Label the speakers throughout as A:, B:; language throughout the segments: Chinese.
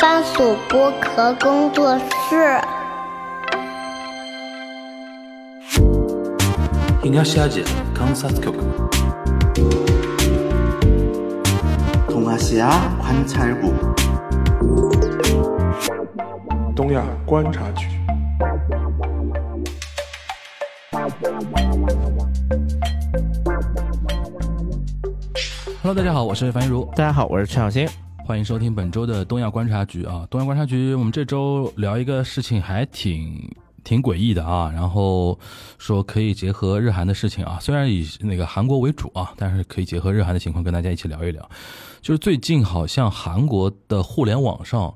A: 番薯剥壳工作室。
B: 東アジア観察局
C: 동아시아 관찰국
D: 东亚观察局。
E: Hello，大家好，我是樊一茹，
F: 大家好，我是陈小星。
E: 欢迎收听本周的东亚观察局啊。东亚观察局，我们这周聊一个事情还挺挺诡异的啊，然后说可以结合日韩的事情啊，虽然以那个韩国为主啊，但是可以结合日韩的情况跟大家一起聊一聊。就是最近好像韩国的互联网上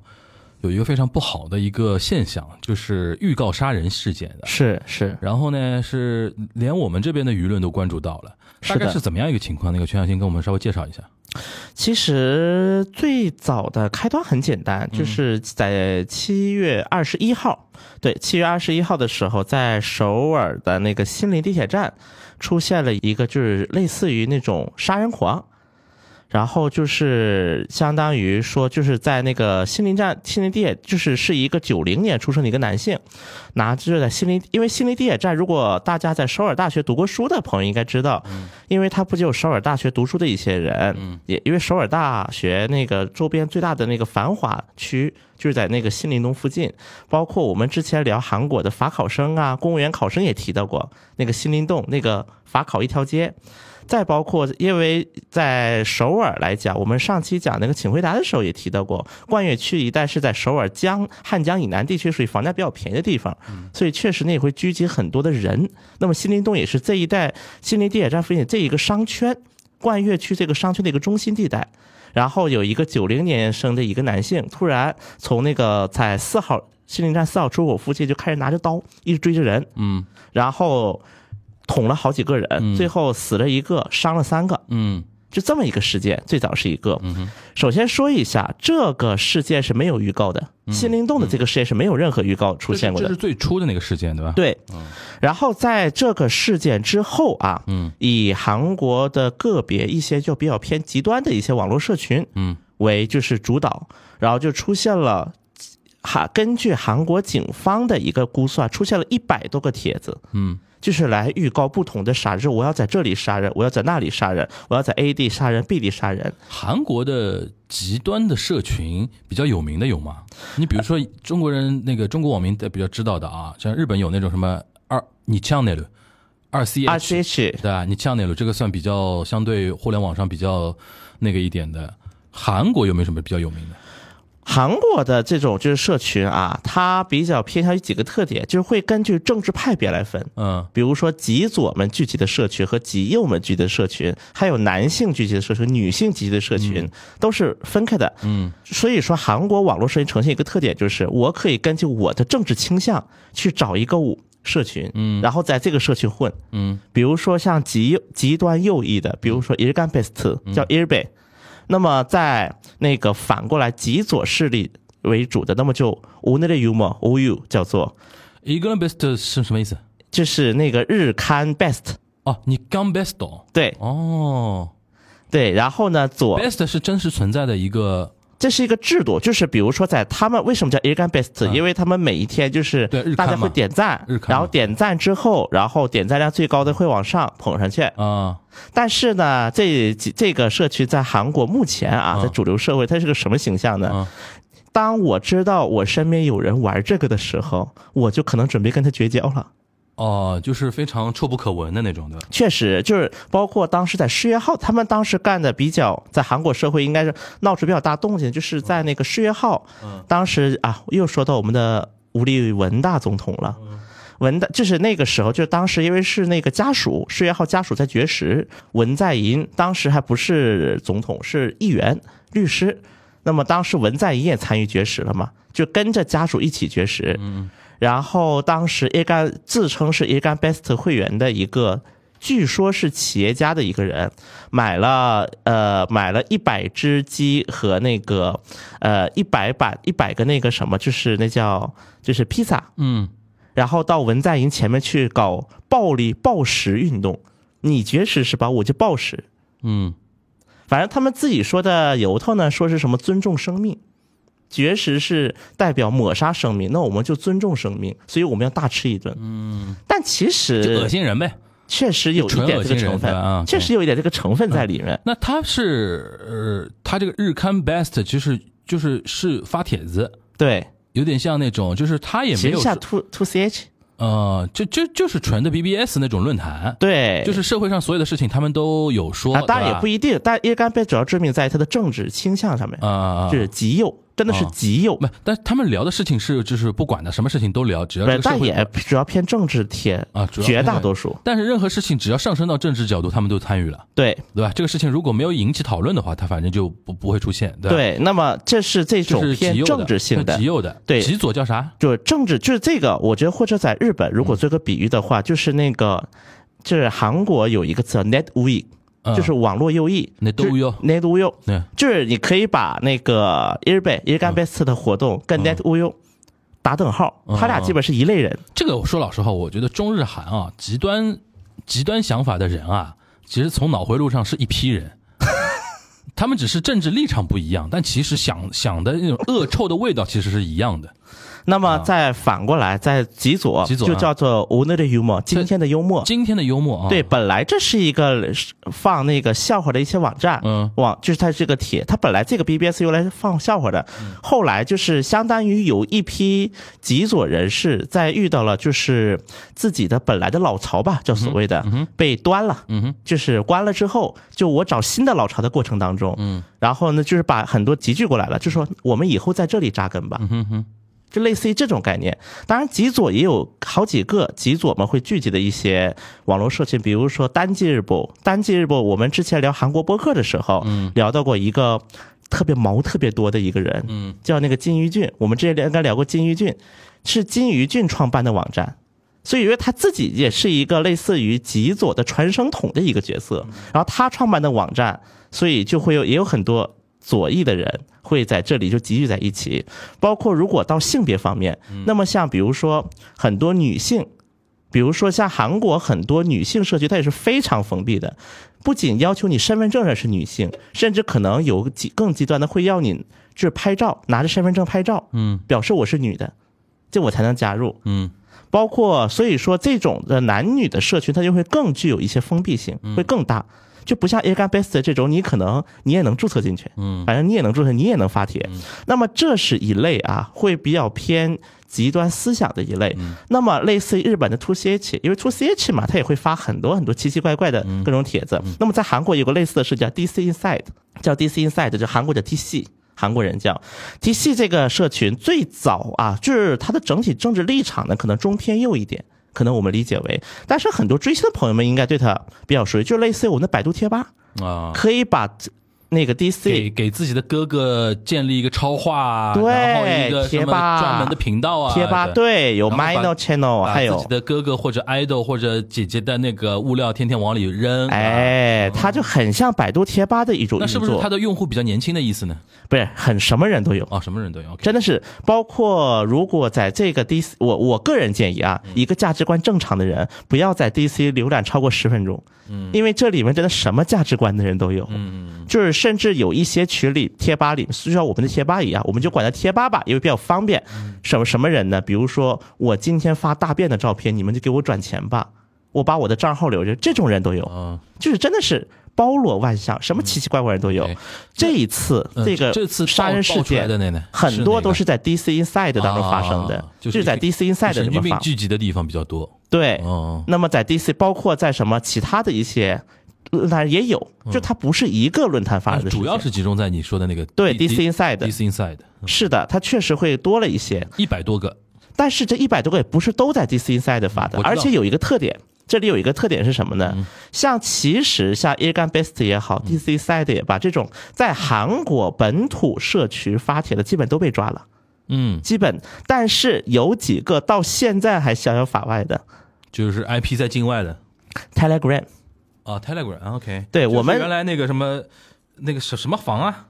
E: 有一个非常不好的一个现象，就是预告杀人事件的。
F: 是是，
E: 然后呢，是连我们这边的舆论都关注到了，大
F: 是
E: 概
F: 的
E: 是怎么样一个情况？那个全小新跟我们稍微介绍一下。
F: 其实最早的开端很简单，就是在七月二十一号，对，七月二十一号的时候，在首尔的那个新林地铁站出现了一个，就是类似于那种杀人狂。然后就是相当于说，就是在那个新林站、新林地铁，就是是一个九零年出生的一个男性，拿着在新林，因为新林地铁站，如果大家在首尔大学读过书的朋友应该知道，因为他不仅有首尔大学读书的一些人，也因为首尔大学那个周边最大的那个繁华区就是在那个新林东附近，包括我们之前聊韩国的法考生啊、公务员考生也提到过那个新林洞那个法考一条街。再包括，因为在首尔来讲，我们上期讲那个请回答的时候也提到过，冠岳区一带是在首尔江汉江以南地区，属于房价比较便宜的地方，所以确实那也会聚集很多的人。那么新林洞也是这一带新林地铁站附近这一个商圈，冠岳区这个商圈的一个中心地带。然后有一个九零年生的一个男性，突然从那个在四号新林站四号出口附近就开始拿着刀一直追着人，
E: 嗯
F: 然后捅了好几个人，
E: 嗯
F: 最后死了一个，伤了三个，
E: 嗯
F: 就这么一个事件。最早是一个，
E: 嗯哼
F: 首先说一下，这个事件是没有预告的，
E: 嗯
F: 新灵动的这个事件是没有任何预告出现过
E: 这
F: 的
E: 是。最初的那个事件，对吧？，
F: 对，然后在这个事件之后啊，
E: 嗯
F: 以韩国的个别一些就比较偏极端的一些网络社群
E: 嗯
F: 为就是主导，然后就出现了。韩根据韩国警方的一个估算，出现了一百多个帖子，
E: 嗯
F: 就是来预告不同的杀人。我要在这里杀人，我要在那里杀人，我要在 A 地杀人，B 地杀人。
E: 韩国的极端的社群比较有名的有吗？你比如说中国人那个中国网民的比较知道的啊，像日本有那种什么二你呛那路，二 C
F: R C H
E: 对吧？你呛那路这个算比较相对互联网上比较那个一点的。韩国有没有什么比较有名的？
F: 韩国的这种就是社群啊，它比较偏向于几个特点，就是会根据政治派别来分。
E: 嗯
F: 比如说极左们聚集的社群和极右们聚集的社群，还有男性聚集的社群、女性聚集的社群，都是分开的。
E: 嗯
F: 所以说，韩国网络社群呈现一个特点，就是我可以根据我的政治倾向去找一个我社群，
E: 嗯
F: 然后在这个社群混。
E: 嗯
F: 比如说像极极端右翼的，比如说伊尔干贝斯特
E: 嗯
F: 叫伊尔贝，那么在那个反过来极左势力为主的，那么就无内的 u m o u 叫做，
E: i g l o b e s t 是什么意思？
F: 就是那个日刊 best
E: 哦，你刚 best 哦
F: 对
E: 哦
F: 对，然后呢左
E: ，best 是真实存在的一个
F: 这是一个制度，就是比如说在他们为什么叫 Irgan Best，、
E: 嗯
F: 因为他们每一天就是
E: 对日刊
F: 大家
E: 嘛
F: 会点赞
E: 日，刊
F: 然后
E: 嘛
F: 点赞之后，然后点赞量最高的会往上捧上去。
E: 啊
F: 但是呢，这几这个社区在韩国目前啊，
E: 嗯
F: 在主流社会它是个什么形象呢？
E: 啊
F: 当我知道我身边有人玩这个的时候，我就可能准备跟他绝交了。
E: 哦，就是非常臭不可闻的那种，对吧？
F: 确实，就是包括当时在世越号，他们当时干的比较，在韩国社会应该是闹出比较大动静，就是在那个世越号，当时啊，又说到我们的吴立文大总统了。文大就是那个时候，就是当时因为是那个家属世越号家属在绝食，文在寅当时还不是总统，是议员、律师。那么当时文在寅也参与绝食了嘛，就跟着家属一起绝食。然后当时 A 干自称是 A 干 Best 会员的一个，据说是企业家的一个人，买了呃买了一百只鸡和那个呃一百版一百个那个什么，就是那叫就是披萨，
E: 嗯，
F: 然后到文在寅前面去搞暴力暴食运动，你绝食是吧？我就暴食。
E: 嗯，
F: 反正他们自己说的由头呢，说是什么尊重生命，绝食是代表抹杀生命，那我们就尊重生命，所以我们要大吃一顿。嗯，但其实
E: 就恶心人呗。
F: 确实有一点这个
E: 纯恶心人对嗯
F: 成分
E: 吧啊
F: 确实有一点这个成分在里面。
E: 那他是呃，他这个日刊 best 其实就是是发帖子，
F: 对，
E: 有点像那种，就是他也没
F: 其实
E: 有
F: 像 two two ch，
E: 呃，就就就是纯的 BBS 那种论坛，
F: 对，
E: 就是社会上所有的事情他们都有说，
F: 哎啊，当然
E: 对
F: 也
E: 吧
F: 不一定，但日干杯主要致命在它的政治倾向上面，
E: 啊啊，啊
F: 就是极右，真的是
E: 啊
F: 极右。
E: 不，但是他们聊的事情是就是不管的什么事情都聊，只要
F: 不
E: 这个
F: 是，
E: 社
F: 但
E: 会
F: 也主要偏政治贴
E: 啊主要
F: 绝
E: 偏
F: 大
E: 政
F: 多数
E: 但是任何事情只要上升到政治角度，他们都参与了，
F: 对
E: 对吧？这个事情如果没有引起讨论的话，它反正就不不会出现，对吧？
F: 对。那么这是这
E: 就
F: 种
E: 是极
F: 偏
E: 右
F: 政治性
E: 的，
F: 的
E: 极，右的，
F: 对
E: 极左叫啥？
F: 就是政治，就是这个。我觉得或者在日本，如
E: 嗯
F: 果做个比喻的话，就是那个，就是韩国有一个词 “net we”，
E: 嗯
F: 就是网络右翼。
E: net 哦
F: 就是
E: uyo
F: net uyo，
E: 对，
F: 就是你可以把那个 irbe i r g a b e s 的活动
E: 嗯
F: 跟 net uyo 打等号，他俩基本是一类人。
E: 这个我说老实话，我觉得中日韩啊，极端极端想法的人啊，其实从脑回路上是一批 人。他们只是政治立场不一样，但其实想想的那种恶臭的味道其实是一样的。
F: 那么再反过来，在极左
E: 极左
F: 就
E: 啊
F: 叫做 o n e r humor，今天的幽默。
E: 今天的幽默啊，
F: 对，本来这是一个放那个笑话的一些网站，
E: 嗯
F: 网就是它这个帖，它本来这个 BBS 用来放笑话的，
E: 嗯
F: 后来就是相当于有一批极左人士在遇到了就是自己的本来的老巢吧，叫所谓的、被端了，
E: 嗯哼，
F: 就是关了之后，就我找新的老巢的过程当中，嗯，然后呢就是把很多集聚过来了，就说我们以后在这里扎根吧，嗯
E: 哼哼。
F: 就类似于这种概念，当然极左也有好几个极左们会聚集的一些网络社群，比如说单季日报。单季日报，我们之前聊韩国播客的时候，聊到过一个特别毛特别多的一个人，
E: 嗯，
F: 叫那个金鱼俊。我们之前应该聊过金鱼俊，是金鱼俊创办的网站。所以，因为他自己也是一个类似于极左的传声筒的一个角色，然后他创办的网站，所以就会有也有很多左翼的人会在这里就集聚在一起。包括如果到性别方面，那么像比如说很多女性，比如说像韩国很多女性社区，它也是非常封闭的，不仅要求你身份证上是女性，甚至可能有极更极端的会要你就是拍照，拿着身份证拍照，
E: 嗯，
F: 表示我是女的，这我才能加入。
E: 嗯，
F: 包括所以说这种的男女的社群，它就会更具有一些封闭性，会更大。就不像 a g a Best 这种，你可能你也能注册进去，嗯，反正你也能注册，你也能发帖。那么这是一类啊，会比较偏极端思想的一类。那么类似于日本的 Two CH，因为 Two CH 嘛，它也会发很多很多奇奇怪怪的各种帖子。那么在韩国有个类似的是叫 DC Inside，叫 DC Inside，就韩国叫 T 系。韩国人叫 T 系这个社群最早啊，就是它的整体政治立场呢，可能中偏右一点，可能我们理解为，但是很多追星的朋友们应该对它比较熟悉，就类似于我们的百度贴吧，
E: 啊，
F: 可以把那个 DC
E: 给给自己的哥哥建立一个超话啊，
F: 对
E: 然后一个什
F: 贴
E: 么
F: 吧
E: 专门的频道啊，
F: 贴吧，
E: 对，
F: 对，有
E: 然后把
F: Minor Channel，
E: 把
F: 哦还有
E: 自己的哥哥或者 idol 或者姐姐的那个物料天天往里扔，啊，
F: 哎，它就很像百度贴吧的一种
E: 那
F: 运
E: 是不是
F: 作，
E: 他的用户比较年轻的意思呢？
F: 不是很什么人都有。
E: 哦，什么人都有，OK，
F: 真的是，包括如果在这个 DC，我我个人建议
E: 嗯
F: 啊，一个价值观正常的人，不要在 DC 浏览超过十分钟，嗯，因为这里面真的什么价值观的人都有，嗯，就是甚至有一些群里贴吧里，就像我们的贴吧一样，我们就管它贴吧吧，因为比较方便。
E: 嗯
F: 什么什么人呢？比如说我今天发大便的照片，你们就给我转钱吧，我把我的账号留着，这种人都有，
E: 啊，
F: 就是真的是。包罗万象，什么奇奇怪怪的都有。
E: 嗯对
F: 这一次，
E: 嗯
F: 这个
E: 这次爆
F: 杀人事
E: 爆出来
F: 件
E: 的那呢，
F: 很多都是
E: 是
F: 在 DC Inside 当中发生
E: 啊
F: 的
E: 啊啊，就
F: 就是是在 DC
E: 那个
F: Inside 里
E: 神经
F: 面
E: 病
F: 发。
E: 聚集的地方比较多，
F: 对，
E: 哦，
F: 那么在 DC 包括在什么其他的一些论坛也有，就它不是一个论坛发生的事
E: 主
F: 情，
E: 要是集中在你说的那个
F: 对
E: D-
F: DC Inside。
E: DC Inside
F: 是的，它确实会多了一些，
E: 一百多个，
F: 但是这一百多个也不是都在 DC Inside 发的
E: 我，知道
F: 而且有一个特点，这里有一个特点是什么呢？像其实像 i r g a n Best 也好，DC Inside 也罢，这种在韩国本土社区发帖的，基本都被抓了。
E: 嗯，
F: 基本，但是有几个到现在还逍遥法外的
E: 就是 IP 在境外的，
F: Telegram，
E: 啊，Telegram，OK，、
F: 对
E: 就是
F: 我们
E: 原来那个什么那个什什么房啊，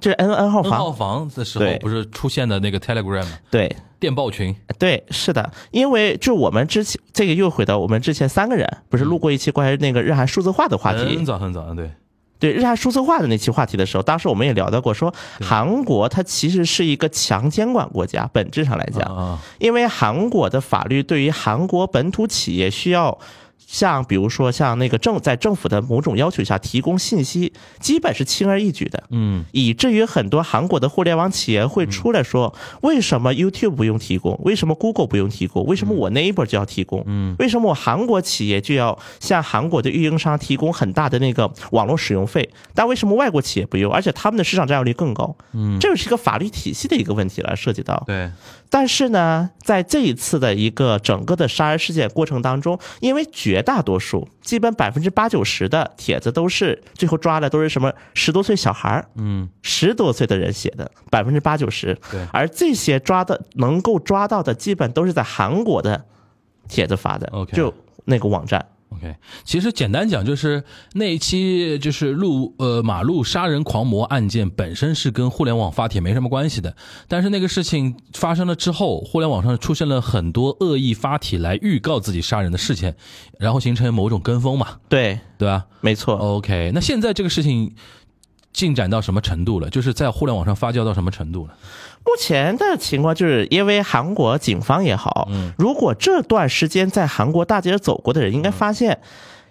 F: 这是 N N 号
E: N 号
F: 房，
E: 房的时候
F: 对
E: 不是出现的那个 Telegram 吗
F: 对
E: 电报群，
F: 对，是的，因为就我们之前嗯这个又回到我们之前三个人不是录过一期关于那个日韩数字化的话题，
E: 很早很早，对，
F: 对日韩数字化的那期话题的时候，当时我们也聊到过，说韩国它其实是一个强监管国家，本质上来讲，
E: 啊，
F: 因为韩国的法律对于韩国本土企业需要。像比如说，像那个政在政府的某种要求下提供信息，基本是轻而易举的。
E: 嗯，
F: 以至于很多韩国的互联网企业会出来说，为什么 YouTube 不用提供？为什么 Google 不用提供？为什么我 Neighbor 就要提供？嗯，为什么我韩国企业就要向韩国的运营商提供很大的那个网络使用费？但为什么外国企业不用？而且他们的市场占有率更高？嗯，这个是一个法律体系的一个问题了，涉及到。
E: 对，
F: 但是呢，在这一次的一个整个的杀人事件过程当中，因为绝大多数，基本百分之八九十的帖子都是最后抓的都是什么十多岁小孩儿，
E: 嗯，
F: 十多岁的人写的，百分之八九十。
E: 对
F: 而这些抓的能够抓到的，基本都是在韩国的帖子发的
E: OK
F: 就那个网站。
E: OK，其实简单讲就是那一期就是路呃马路杀人狂魔案件本身是跟互联网发帖没什么关系的，但是那个事情发生了之后，互联网上出现了很多恶意发帖来预告自己杀人的事件，然后形成某种跟风嘛，
F: 对，
E: 对吧
F: 没错。
E: ？OK，那现在这个事情进展到什么程度了？就是在互联网上发酵到什么程度了？
F: 目前的情况就是因为韩国警方也好，如果这段时间在韩国大街上走过的人，应该发现，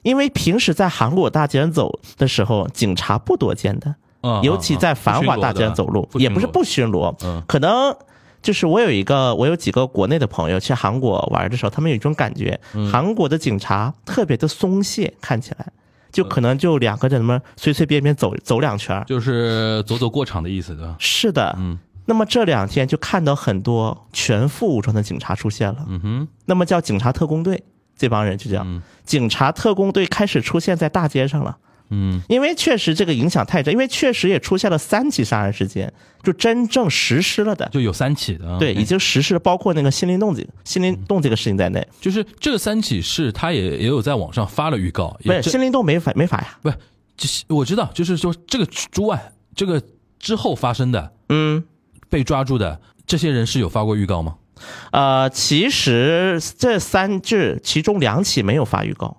F: 因为平时在韩国大街上走的时候，警察不多见的，
E: 啊、
F: 尤其在繁华大街上走
E: 嗯
F: 路，啊也不是不
E: 行。
F: 巡逻
E: 嗯，
F: 可能。就是我有一个，我有几个国内的朋友去韩国玩的时候，他们有一种感觉，韩国的警察特别的松懈，看起来就可能就两个人什么随随便便走走两圈儿，
E: 就是走走过场的意思，对吧？
F: 是的，
E: 嗯。
F: 那么这两天就看到很多全副武装的警察出现了，
E: 嗯哼，
F: 那么叫警察特工队，这帮人就叫、警察特工队开始出现在大街上了。
E: 嗯，
F: 因为确实这个影响太大，因为确实也出现了三起杀人事件，就真正实施了的，
E: 就有三起的啊，
F: 对，已经实施了，包括那个心灵洞这个心灵
E: 嗯
F: 洞这个事情在内，
E: 就是这三起是他也也有在网上发了预告，
F: 不
E: 也
F: 是
E: 这
F: 心灵洞没法没法呀，
E: 不是就是我知道，就是说这个之外，这个之后发生的
F: 嗯，
E: 被抓住的这些人是有发过预告吗？
F: 呃，其实这三至其中两起没有发预告，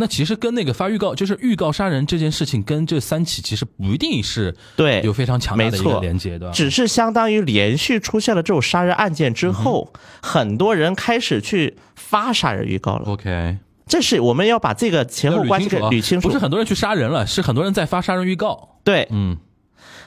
E: 那其实跟那个发预告，就是预告杀人这件事情，跟这三起其实不一定是
F: 对，
E: 有非常强大的一
F: 哎没
E: 个
F: 错
E: 连接，对吧？
F: 只是相当于连续出现了这种杀人案件之
E: 嗯
F: 后，很多人开始去发杀人预告了。
E: OK，
F: 这是我们要把这个前后
E: 要
F: 关系给
E: 啊
F: 捋清楚。
E: 不是很多人去杀人了，是很多人在发杀人预告。
F: 对，
E: 嗯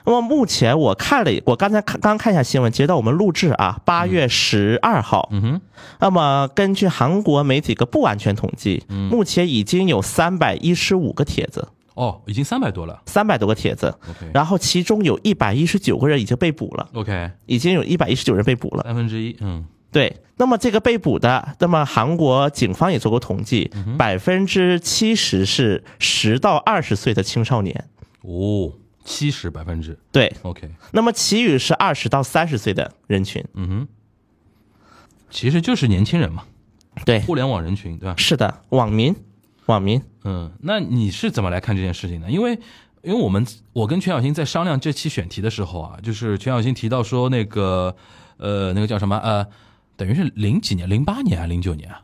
F: 那么目前我看了，我刚才看刚看一下新闻，截到我们录制啊，八月十二号。
E: 嗯哼，
F: 那么根据韩国媒体个不完全统计，
E: 嗯
F: 目前已经有三百一十五个帖子，
E: 哦，已经三百多了。
F: 三百多个帖子，
E: OK
F: 然后其中有一百一十九个人已经被捕了，
E: OK，
F: 已经有一百一十九人被捕了。
E: 三分之一。嗯
F: 对，那么这个被捕的，那么韩国警方也做过统计，
E: 嗯
F: 百分之七十是十到二十岁的青少年，
E: 哦，七十百分之。
F: 对，
E: OK，
F: 那么其余是二十到三十岁的人群，
E: 嗯哼，其实就是年轻人嘛，
F: 对，
E: 互联网人群，对吧？
F: 是的，网民，网民，
E: 嗯，那你是怎么来看这件事情呢？因为，因为我们我跟全小新在商量这期选题的时候啊，就是全小新提到说那个，呃，那个叫什么呃，等于是零几年，零八年还是零九年啊？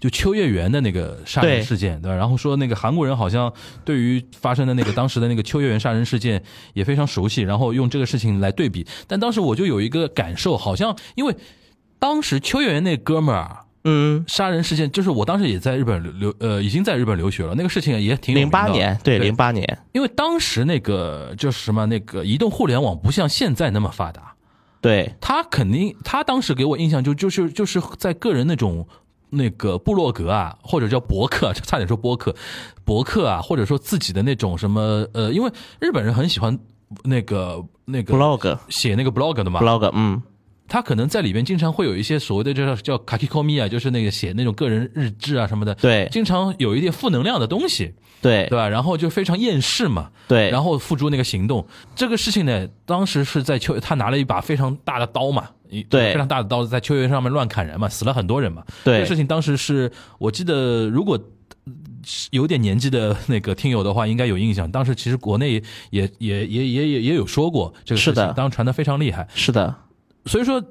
E: 就秋叶原的那个杀人
F: 对
E: 事件，对吧？然后说那个韩国人好像对于发生的那个当时的那个秋叶原杀人事件也非常熟悉，然后用这个事情来对比。但当时我就有一个感受，好像因为当时秋叶原那哥们儿啊，
F: 嗯，
E: 杀人事件，就是我当时也在日本留留呃，已经在日本留学了，那个事情也挺有
F: 零
E: 名的
F: 八年，对，零，八年，
E: 因为当时那个就是什么那个移动互联网不像现在那么发达，
F: 对，
E: 他肯定他当时给我印象就就是就是在个人那种。那个部落格啊，或者叫博客 啊，差点说播客，博客啊，或者说自己的那种什么呃，因为日本人很喜欢那个那个
F: blog，blog，
E: 写那个 blog 的嘛，
F: 嗯，
E: 他可能在里面经常会有一些所谓的这叫叫卡 a 科米啊，就是那个写那种个人日志啊什么的，
F: 对
E: 经常有一点负能量的东西，
F: 对
E: 对，吧？然后就非常厌世嘛，
F: 对，
E: 然后付诸那个行动。这个事情呢，当时是在秋，他拿了一把非常大的刀嘛，一
F: 对
E: 非常大的刀在秋叶上面乱砍人嘛，死了很多人嘛。这
F: 对
E: 个事，情当时是我记得，如果呃是有点年纪的那个听友的话，应该有印象。当时其实国内也也也也也也有说过这个事
F: 是
E: 情
F: 的，
E: 当时传的非常厉害。
F: 是的，
E: 所以说，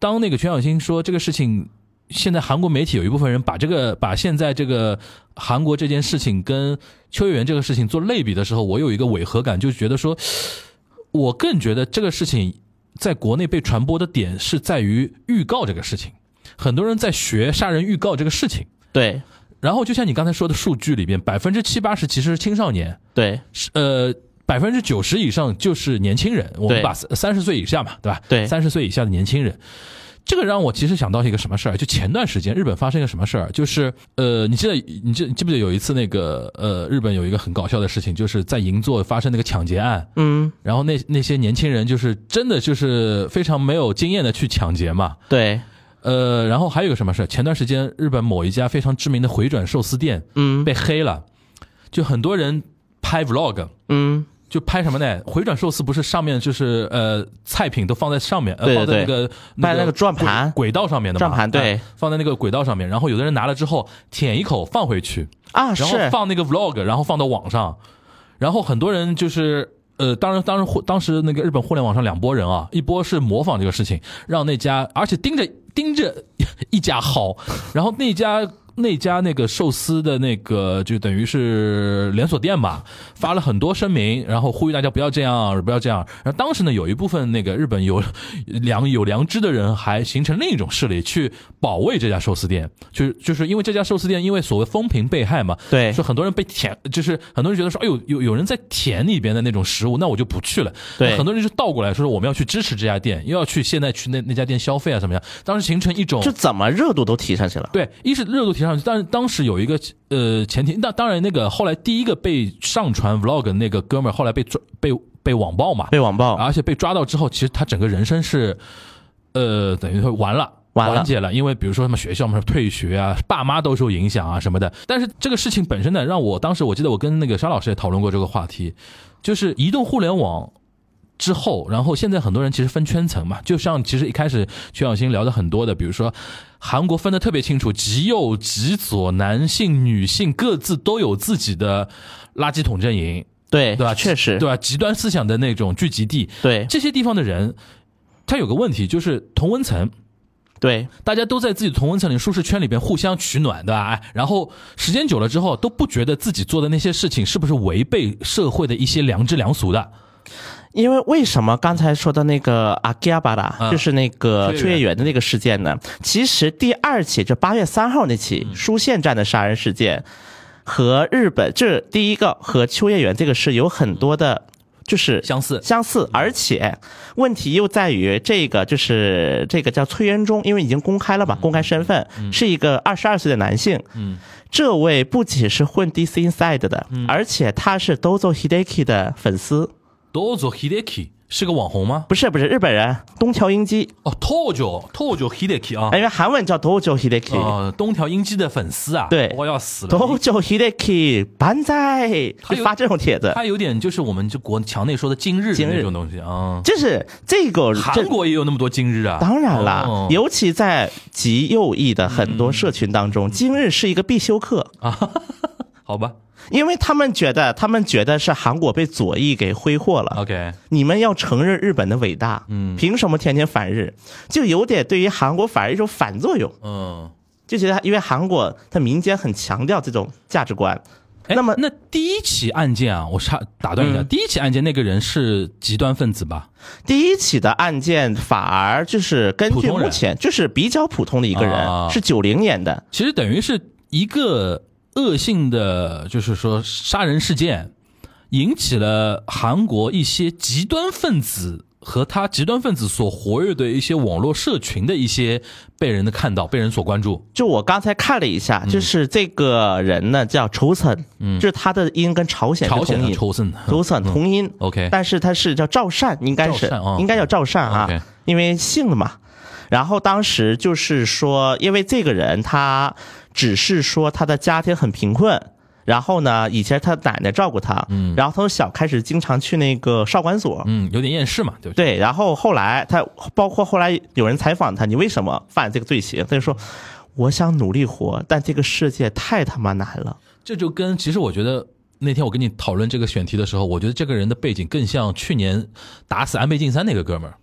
E: 当那个全小新说这个事情现在韩国媒体有一部分人把这个把现在这个韩国这件事情跟秋叶原这个事情做类比的时候，我有一个违和感，就觉得说，我更觉得这个事情在国内被传播的点是在于预告这个事情，很多人在学杀人预告这个事情。
F: 对
E: 然后就像你刚才说的数据里边，百分之七八十其实是青少年，
F: 对
E: 是呃百分之九十以上就是年轻人，我们
F: 对
E: 把三十岁以下嘛，对吧？
F: 对
E: 三十岁以下的年轻人。这个让我其实想到一个什么事儿，就前段时间日本发生一个什么事儿，就是呃，你记得你记你记不记得有一次那个呃，日本有一个很搞笑的事情，就是在银座发生那个抢劫案，
F: 嗯
E: 然后那那些年轻人就是真的就是非常没有经验的去抢劫嘛，
F: 对
E: 呃，然后还有个什么事儿，前段时间日本某一家非常知名的回转寿司店
F: 嗯
E: 被黑了，就很多人拍 vlog，
F: 嗯
E: 就拍什么呢？回转寿司不是上面就是呃菜品都放在上面，呃
F: 对
E: 放在那
F: 对
E: 个
F: 卖那个转盘
E: 轨轨道上面的嘛
F: 转盘对
E: 哎放在那个轨道上面，然后有的人拿了之后舔一口放回去，
F: 啊
E: 然后
F: 是
E: 放那个 vlog，然后放到网上，然后很多人就是。呃，当然，当然，互当时那个日本互联网上两拨人啊，一波是模仿这个事情，让那家，而且盯着盯着一家薅， 然后那家那家那个寿司的那个就等于是连锁店吧，发了很多声明，然后呼吁大家不要这样，不要这样。然后当时呢，有一部分那个日本有良有良知的人，还形成另一种势力去保卫这家寿司店，就是就是因为这家寿司店因为所谓风评被害嘛，
F: 对
E: 说很多人被舔，就是很多人觉得说，哎呦，有有人在舔里边的那种食物，那我就不去了。
F: 对
E: 很多人就倒过来说，我们要去支持这家店，又要去现在去那那家店消费啊，什么样？当时形成一种
F: 就怎么热度都提上去了，
E: 对，一是热度提上去，但是当时有一个呃前提，那当然那个后来第一个被上传 vlog 的那个哥们儿后来被抓被被网暴嘛，
F: 被网暴
E: 而且被抓到之后，其实他整个人生是，呃，等于说完了。
F: 完了
E: 完结了，因为比如说什么学校嘛退学啊，爸妈都受影响啊什么的。但是这个事情本身呢，让我当时我记得我跟那个沙老师也讨论过这个话题，就是移动互联网之后，然后现在很多人其实分圈层嘛，就像其实一开始曲小新聊的很多的，比如说韩国分的特别清楚，极右、极左、男性、女性各自都有自己的垃圾桶阵营，
F: 对
E: 对吧？
F: 确实
E: 对吧？极端思想的那种聚集地，
F: 对
E: 这些地方的人，他有个问题，就是同温层，
F: 对
E: 大家都在自己的同温层里、舒适圈里边互相取暖，对吧？哎，然后时间久了之后，都不觉得自己做的那些事情是不是违背社会的一些良知良俗的。
F: 因为为什么刚才说的那个阿基亚巴拉，
E: 嗯
F: 就是那个
E: 秋叶原
F: 秋叶原的那个事件呢？其实第二起，就八月三号那起
E: 嗯
F: 书县站的杀人事件，和日本这第一个和秋叶原这个是有很多的，就是
E: 相似嗯
F: 相似，而且问题又在于这个就是这个叫崔元忠，因为已经公开了嘛，公开身份是一个二十二岁的男性，
E: 嗯，
F: 这位不仅是混 DC Inside 的，而且他是 Dozo Hideki 的粉丝。
E: Dozo Hideki 是个网红吗？
F: 不是不是日本人，东条英机，
E: 哦，Tojo Tojo Hideki 啊
F: 哎，因为韩文叫 Dojo Hideki，Dojo
E: 呃，东条英机的粉丝啊，
F: 对
E: 我要死了。
F: Hideki banzai，
E: 他有
F: 就发这种帖子，
E: 他有点就是我们就国墙内说的今日的
F: 今日
E: 那种东西啊。
F: 就是这个
E: 韩
F: 这
E: 国也有那么多今日啊，
F: 当然啦，
E: 哦
F: 尤其在极右翼的很多社群当
E: 嗯
F: 中，今日是一个必修课，
E: 啊好吧
F: 因为他们觉得他们觉得是韩国被左翼给挥霍了，
E: ，OK，
F: 你们要承认日本的伟大，
E: 啊嗯
F: 凭什么天天反日？就有点对于韩国反而一种反作用，
E: 嗯。
F: 就觉得因为韩国它民间很强调这种价值观，
E: 哎
F: 那么
E: 那第一起案件啊，我插打断一下，
F: 嗯
E: 第一起案件那个人是极端分子吧？
F: 第一起的案件反而就是根
E: 普
F: 据
E: 通人
F: 目前就是比较普通的一个人，
E: 啊
F: 是九零年的，
E: 其实等于是一个呃恶性的，就是说杀人事件，引起了韩国一些极端分子和他极端分子所活跃的一些网络社群的一些被人的看到，被人所关注。
F: 就我刚才看了一
E: 嗯
F: 下，就是这个人呢叫仇森，嗯，就是他的音跟朝鲜是
E: 朝鲜啊
F: 同
E: 的
F: 音，
E: 仇恨，
F: 仇森同音。
E: OK
F: 但是他是叫赵善，应该
E: 赵
F: 是
E: 善哦
F: 应该叫赵善啊
E: OK，
F: 因为姓了嘛。然后当时就是说，因为这个人他只是说他的家庭很贫困。然后呢，以前他奶奶照顾他，嗯，然后他从小开始经常去那个少管所，
E: 嗯，有点厌世嘛，对不对？
F: 对，然后后来他，包括后来有人采访他，你为什么犯这个罪行？他就说，我想努力活，但这个世界太他妈难了。
E: 这就跟其实我觉得。那天我跟你讨论这个选题的时候，我觉得这个人的背景更像去年打死安倍晋三那个哥们儿，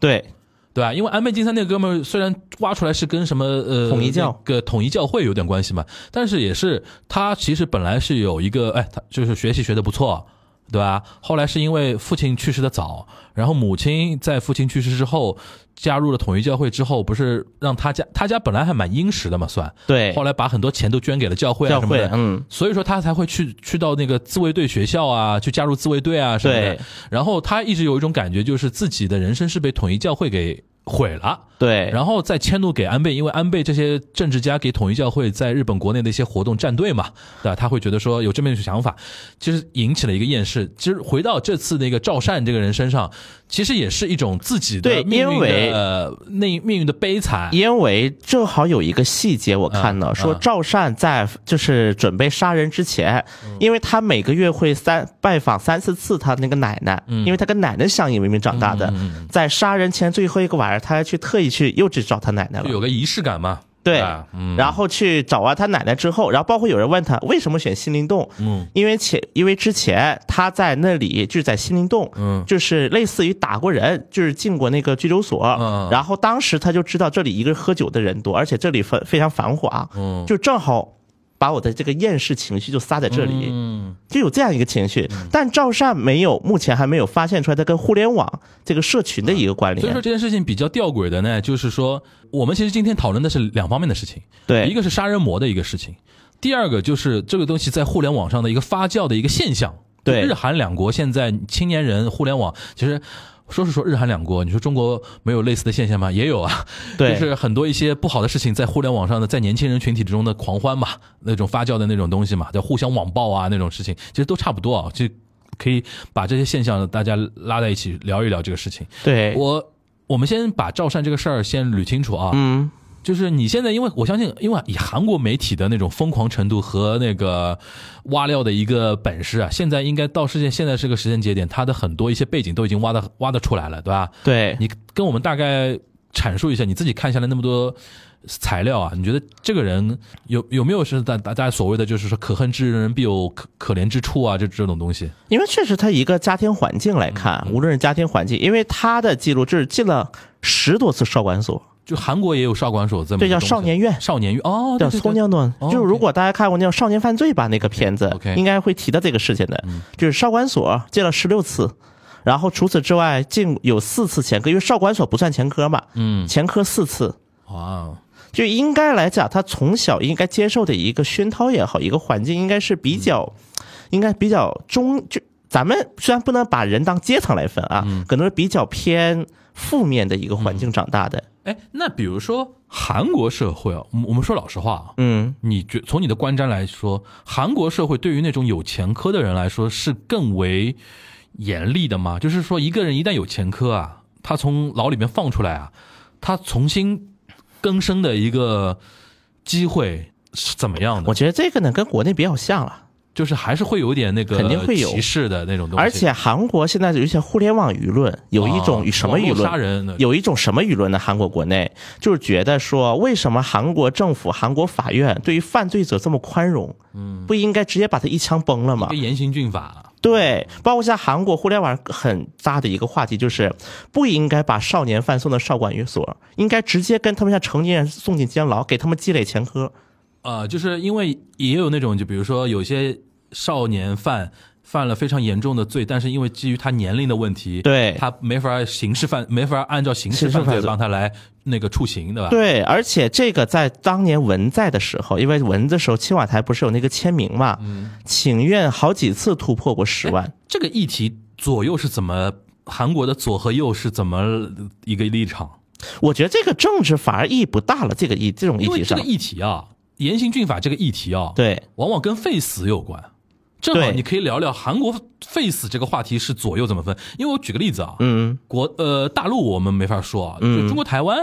F: 对
E: 对啊吧？因为安倍晋三那个哥们儿虽然挖出来是跟什么呃
F: 统一教
E: 那个统一教会有点关系嘛，但是也是他其实本来是有一个哎，他就是学习学的不错，对吧？后来是因为父亲去世的早，然后母亲在父亲去世之后加入了统一教会之后，不是让他家他家本来还蛮殷实的嘛，算
F: 对
E: 后来把很多钱都捐给了教会啊
F: 教
E: 什么
F: 会
E: 的，，
F: 嗯，
E: 所以说他才会去去到那个自卫队学校啊，去加入自卫队啊什么的
F: 对。
E: 然后他一直有一种感觉，就是自己的人生是被统一教会给毁了，
F: 对，
E: 然后再迁怒给安倍，因为安倍这些政治家给统一教会在日本国内的一些活动站队嘛，对吧？他会觉得说有这么一种想法，就是引起了一个厌世。其实回到这次那个赵善这个人身上，其实也是一种自己的
F: 对
E: 命运
F: 因为
E: 的呃那命运的悲惨。
F: 因为正好有一个细节我看
E: 嗯
F: 了，说
E: 嗯
F: 赵善在就是准备杀人之前，
E: 嗯
F: 因为他每个月会三拜访三四次他那个奶奶，
E: 嗯
F: 因为他跟奶奶相依为命长大的，在杀人前最后一个晚上，他还去特意去又去找他奶奶
E: 就有
F: 了。
E: 个仪式感嘛，
F: 对
E: 吧嗯，
F: 然后去找啊完他奶奶之后，然后包括有人问他为什么选新林洞，
E: 嗯，
F: 因为前因为之前他在那里就是在新林洞，
E: 嗯
F: 就是类似于打过人，就是进过那个拘留所，
E: 嗯
F: 然后当时他就知道这里一个喝酒的人多，而且这里非非常繁华，
E: 嗯
F: 就正好把我的这个厌世情绪就撒在这里，
E: 嗯
F: 就有这样一个情绪。但赵善没有，目前还没有发现出来他跟互联网这个社群的一个关
E: 嗯所以
F: 联
E: 说。这件事情比较吊诡的呢，就是说我们其实今天讨论的是两方面的事情，
F: 对，
E: 一个是杀人魔的一个事情，第二个就是这个东西在互联网上的一个发酵的一个现象。
F: 对
E: 就日韩两国现在青年人互联网其实。说是说日韩两国，你说中国没有类似的现象吗？也有啊，
F: 对
E: 就是很多一些不好的事情在互联网上的，在年轻人群体之中的狂欢嘛，那种发酵的那种东西嘛，叫互相网暴啊那种事情，其实都差不多啊，就可以把这些现象大家拉在一起聊一聊这个事情。
F: 对，
E: 我我们先把赵善这个事儿先捋清楚啊。
F: 嗯，
E: 就是你现在，因为我相信，因为以韩国媒体的那种疯狂程度和那个挖料的一个本事啊，现在应该到世界现在是个时间节点，它的很多一些背景都已经挖的挖的出来了，对吧？
F: 对，
E: 你跟我们大概阐述一下，你自己看下来那么多材料啊，你觉得这个人有有没有是大大大家所谓的就是说可恨之人必有可可怜之处啊，这这种东西？
F: 因为确实他一个家庭环境来看，
E: 嗯
F: 无论是家庭环境，因为他的记录就是进了十多次少管所，
E: 就韩国也有少管所这么
F: 对
E: 一个东
F: 叫
E: 西
F: 少年院
E: 少年院哦，
F: 叫
E: 对对对
F: 松江段，
E: 哦
F: 就是
E: OK
F: 如果大家看过那叫《少年犯罪》吧，那个片子
E: OK，OK
F: 应该会提到这个事情
E: 嗯
F: 的，就是少管所进了十六次，然后除此之外进有四次前科，因为少管所不算前科嘛，
E: 嗯，
F: 前科四次，
E: 哇，哦
F: 就应该来讲，他从小应该接受的一个熏陶也好，一个环境应该是比较，
E: 嗯
F: 应该比较中就。咱们虽然不能把人当阶层来分啊，
E: 嗯
F: 可能是比较偏负面的一个环境长大的。
E: 哎，那比如说韩国社会啊，我们我们说老实话啊，
F: 嗯，
E: 你觉从你的观瞻来说，韩国社会对于那种有前科的人来说是更为严厉的吗？就是说，一个人一旦有前科啊，他从牢里面放出来啊，他重新更生的一个机会是怎么样的
F: 我？觉得这个呢跟国内比较像啊了。
E: 就是还是会有点那个
F: 肯定会有
E: 歧视的那种东西，
F: 而且韩国现在有一些互联网舆论，有一种
E: 啊
F: 什么舆
E: 网络杀
F: 论？
E: 人的
F: 有一种什么舆论呢？韩国国内就是觉得说，为什么韩国政府、韩国法院对于犯罪者这么宽容？嗯，不应该直接把他一枪崩了吗
E: 一个？严刑峻法，啊
F: 对，包括像韩国互联网很大的一个话题就是，不应该把少年犯送到少管所，应该直接跟他们像成年人送进监牢，给他们积累前科。
E: 呃，就是因为也有那种，就比如说有些少年犯犯了非常严重的罪，但是因为基于他年龄的问题，
F: 对
E: 他没法刑事犯，没法按照刑事
F: 刑事
E: 犯罪
F: 犯罪
E: 帮他来那个处刑，对吧？，
F: 对，而且这个在当年文在的时候，因为文的时候青瓦台不是有那个签名嘛，
E: 嗯
F: 请愿好几次突破过十万。
E: 这个议题左右是怎么？韩国的左和右是怎么一个立场？
F: 我觉得这个政治反而意义不大了，这个议这种议
E: 因为
F: 题
E: 这
F: 上
E: 个，议题啊，严刑峻法这个议题啊，，
F: 对
E: 往往跟废死有关。正好
F: 对
E: 你可以聊聊韩国废死这个话题是左右怎么分。因为我举个例子啊，
F: 嗯，
E: 国呃大陆我们没法说啊，就中国台湾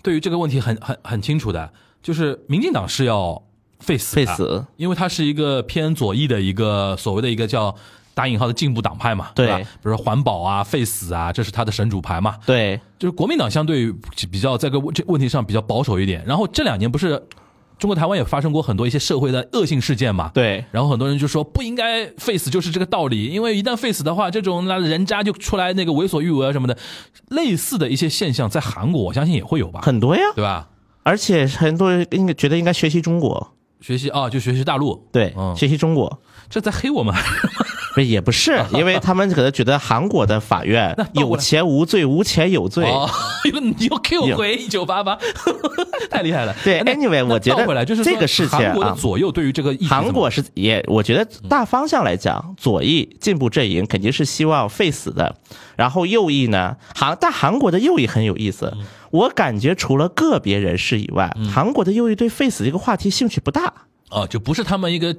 E: 对于这个问题很很很清楚的，就是民进党是要废死的
F: 废死，
E: 因为它是一个偏左翼的一个所谓的一个叫打引号的进步党派嘛，
F: 对
E: 吧？比如说环保啊、废死啊，这是它的神主牌嘛。
F: 对
E: 就是国民党相对比较在个这问题上比较保守一点，然后这两年不是中国台湾也发生过很多一些社会的恶性事件嘛。。
F: 对，
E: 然后很多人就说不应该 face 就是这个道理，因为一旦 face 的话，这种那人渣就出来那个为所欲为啊什么的，类似的一些现象在韩国我相信也会有吧，
F: 很多呀，
E: 对吧？
F: 而且很多人应该觉得应该学习中国，
E: 学习啊，就学习大陆，
F: 对，
E: 嗯
F: 学习中国。
E: 这在黑我们。
F: 不是也 不是，因为他们可能觉得韩国的法院
E: 倒过
F: 有
E: 来
F: 钱无罪，无钱有罪。
E: 哦，又又 Q
F: 有
E: 回一九八八， 太厉害了。哎
F: 对
E: 那
F: ，anyway，
E: 那
F: 我觉
E: 倒
F: 得
E: 回来就是
F: 这
E: 说
F: 个事情
E: 韩国的
F: 啊
E: 左右对于这个议题怎么
F: 韩国是也，我觉得大方向来讲，左翼进步阵营肯定是希望 face 的，然后右翼呢，韩但韩国的右翼很有意思，
E: 嗯
F: 我感觉除了个别人士以外，韩国的右翼对 face 这个话题兴趣不大。
E: 啊，就不是他们一个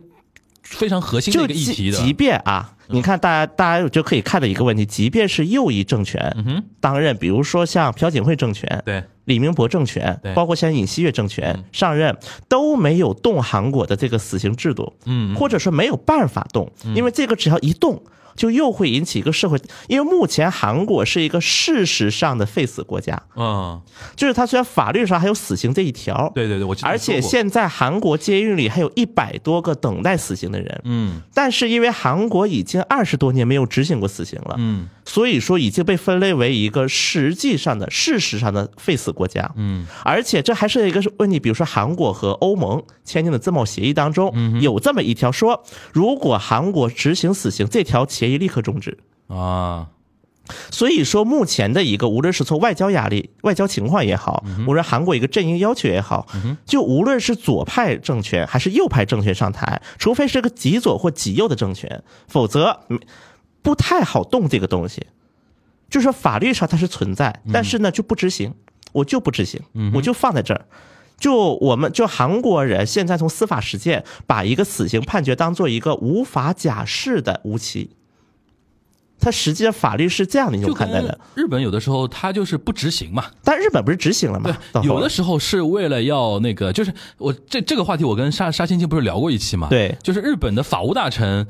E: 非常核心的
F: 就
E: 一个议
F: 即
E: 题的。嗯
F: 即便啊，你看大家大家就可以看到一个问题，即便是右翼政权
E: 嗯
F: 当任，比如说像朴槿惠政权，
E: 对，
F: 李明博政权
E: 对，嗯
F: 包括像尹锡悦政权上任，都没有动韩国的这个死刑制度，
E: 嗯嗯嗯
F: 或者说没有办法动，因为这个只要一动。就又会引起一个社会，因为目前韩国是一个事实上的废死国家，
E: 嗯，
F: 就是它虽然法律上还有死刑这一条，
E: 对对对，我记得
F: 而
E: 你说
F: 且
E: 过
F: 现在韩国监狱里还有一百多个等待死刑的人，
E: 嗯
F: 但是因为韩国已经二十多年没有执行过死刑了，
E: 嗯
F: 所以说已经被分类为一个实际上的、事实上的废死国家。
E: 嗯，
F: 而且这还是一个问题，比如说韩国和欧盟签订的自贸协议当中有这么一条说，如果韩国执行死刑，这条协议立刻终止。
E: 啊，
F: 所以说，目前的一个无论是从外交压力、外交情况也好，无论韩国一个阵营要求也好，就无论是左派政权还是右派政权上台，除非是个极左或极右的政权，否则嗯不太好动这个东西。就是说法律上它是存在，
E: 嗯
F: 但是呢就不执行，我就不执行，我就放在这儿。就我们就韩国人现在从司法实践把一个死刑判决当做一个无法假释的无期，它实际上法律是这样的一种
E: 就可
F: 看待
E: 能
F: 的。
E: 日本有的时候他就是不执行嘛，
F: 但日本不是执行了吗？啊到
E: 对，
F: 后来
E: 有的时候是为了要那个，就是我这这个话题，我跟沙沙青青不是聊过一期嘛？
F: 对
E: 就是日本的法务大臣，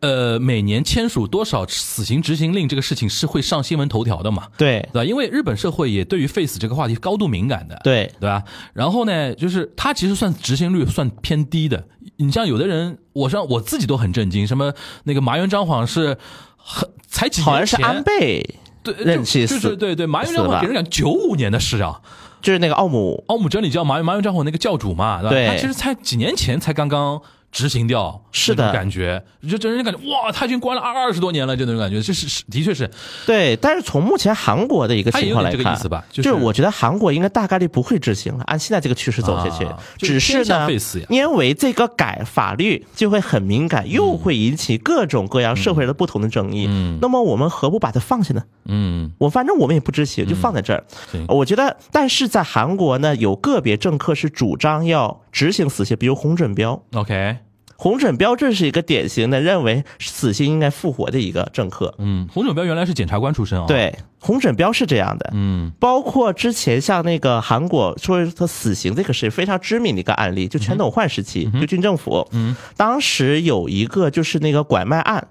E: 呃，每年签署多少死刑执行令这个事情是会上新闻头条的嘛？
F: 对
E: 对吧？因为日本社会也对于 face 这个话题高度敏感的，
F: 对
E: 对吧？然后呢，就是它其实算执行率算偏低的。你像有的人，我上我自己都很震惊，什么那个麻原彰晃是很才几年前，
F: 好像是安倍，
E: 对
F: 任期
E: 就
F: 死
E: 是对对，麻原
F: 死
E: 彰晃
F: 吧
E: 给人讲九五年的事啊。哦
F: 就是那个奥姆，
E: 奥姆真理教麻麻原彰晃那个教主嘛，对吧？
F: 对
E: 他其实才几年前才刚刚执行掉，
F: 是的
E: 那种感觉，就整人感觉哇，他已经关了二二十多年了，就那种感觉，这是是的确是
F: 对。但是从目前韩国的一个
E: 他也
F: 情
E: 有
F: 况
E: 点
F: 来
E: 这
F: 看，
E: 个意思吧，
F: 就是我觉得韩国应该大概率不会执行了，按现在这个趋势走下去。
E: 啊就是
F: 只是
E: 偏向
F: 呢
E: face 呀，
F: 因为这个改法律就会很敏感，又会引起各种各样社会的不同的争议。
E: 嗯
F: 那么我们何不把它放下呢？
E: 嗯
F: 我反正我们也不知情，就放在这儿。呃
E: 行
F: 我觉得，但是在韩国呢，有个别政客是主张要执行死刑，比如洪准彪。
E: ，OK，
F: 洪准彪这是一个典型的认为死刑应该复活的一个政客。
E: 嗯，洪准彪原来是检察官出身啊、，
F: 对，洪准彪是这样的。
E: 嗯
F: 包括之前像那个韩国说他死刑这个是非常知名的一个案例，就全斗焕时期，就军政府，嗯，当时有一个就是那个拐卖案。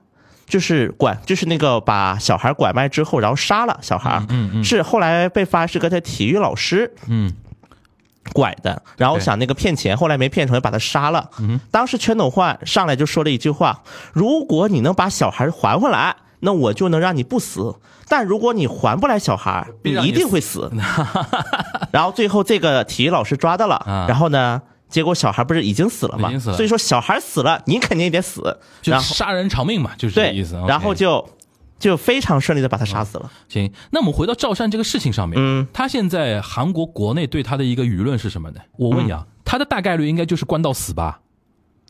F: 就是拐，就是那个把小孩拐卖之后，然后杀了小孩，嗯嗯，是后来被发是个他体育老师，
E: 嗯，
F: 拐的，然后
E: 对
F: 想那个骗钱，后来没骗成，把他杀了。
E: 嗯
F: 当时全斗焕上来就说了一句话：“如果你能把小孩还回来，那我就能让你不死；但如果你还不来小孩，
E: 必
F: 你
E: 让你
F: 一定 会死。”然后最后这个体育老师抓到了，
E: 啊
F: 然后呢，结果小孩不是已经死了吗？
E: 已经死了
F: 所以说小孩死了，你肯定也得死。
E: 就
F: 然后
E: 杀人偿命嘛，就是这个
F: 对
E: 意思。
F: 然后
E: OK 嗯
F: 就就非常顺利的把他杀死了。
E: 行，那我们回到赵善这个事情上面，嗯，他现在韩国国内对他的一个舆论是什么呢？我问你
F: 嗯
E: 啊，他的大概率应该就是关到死吧？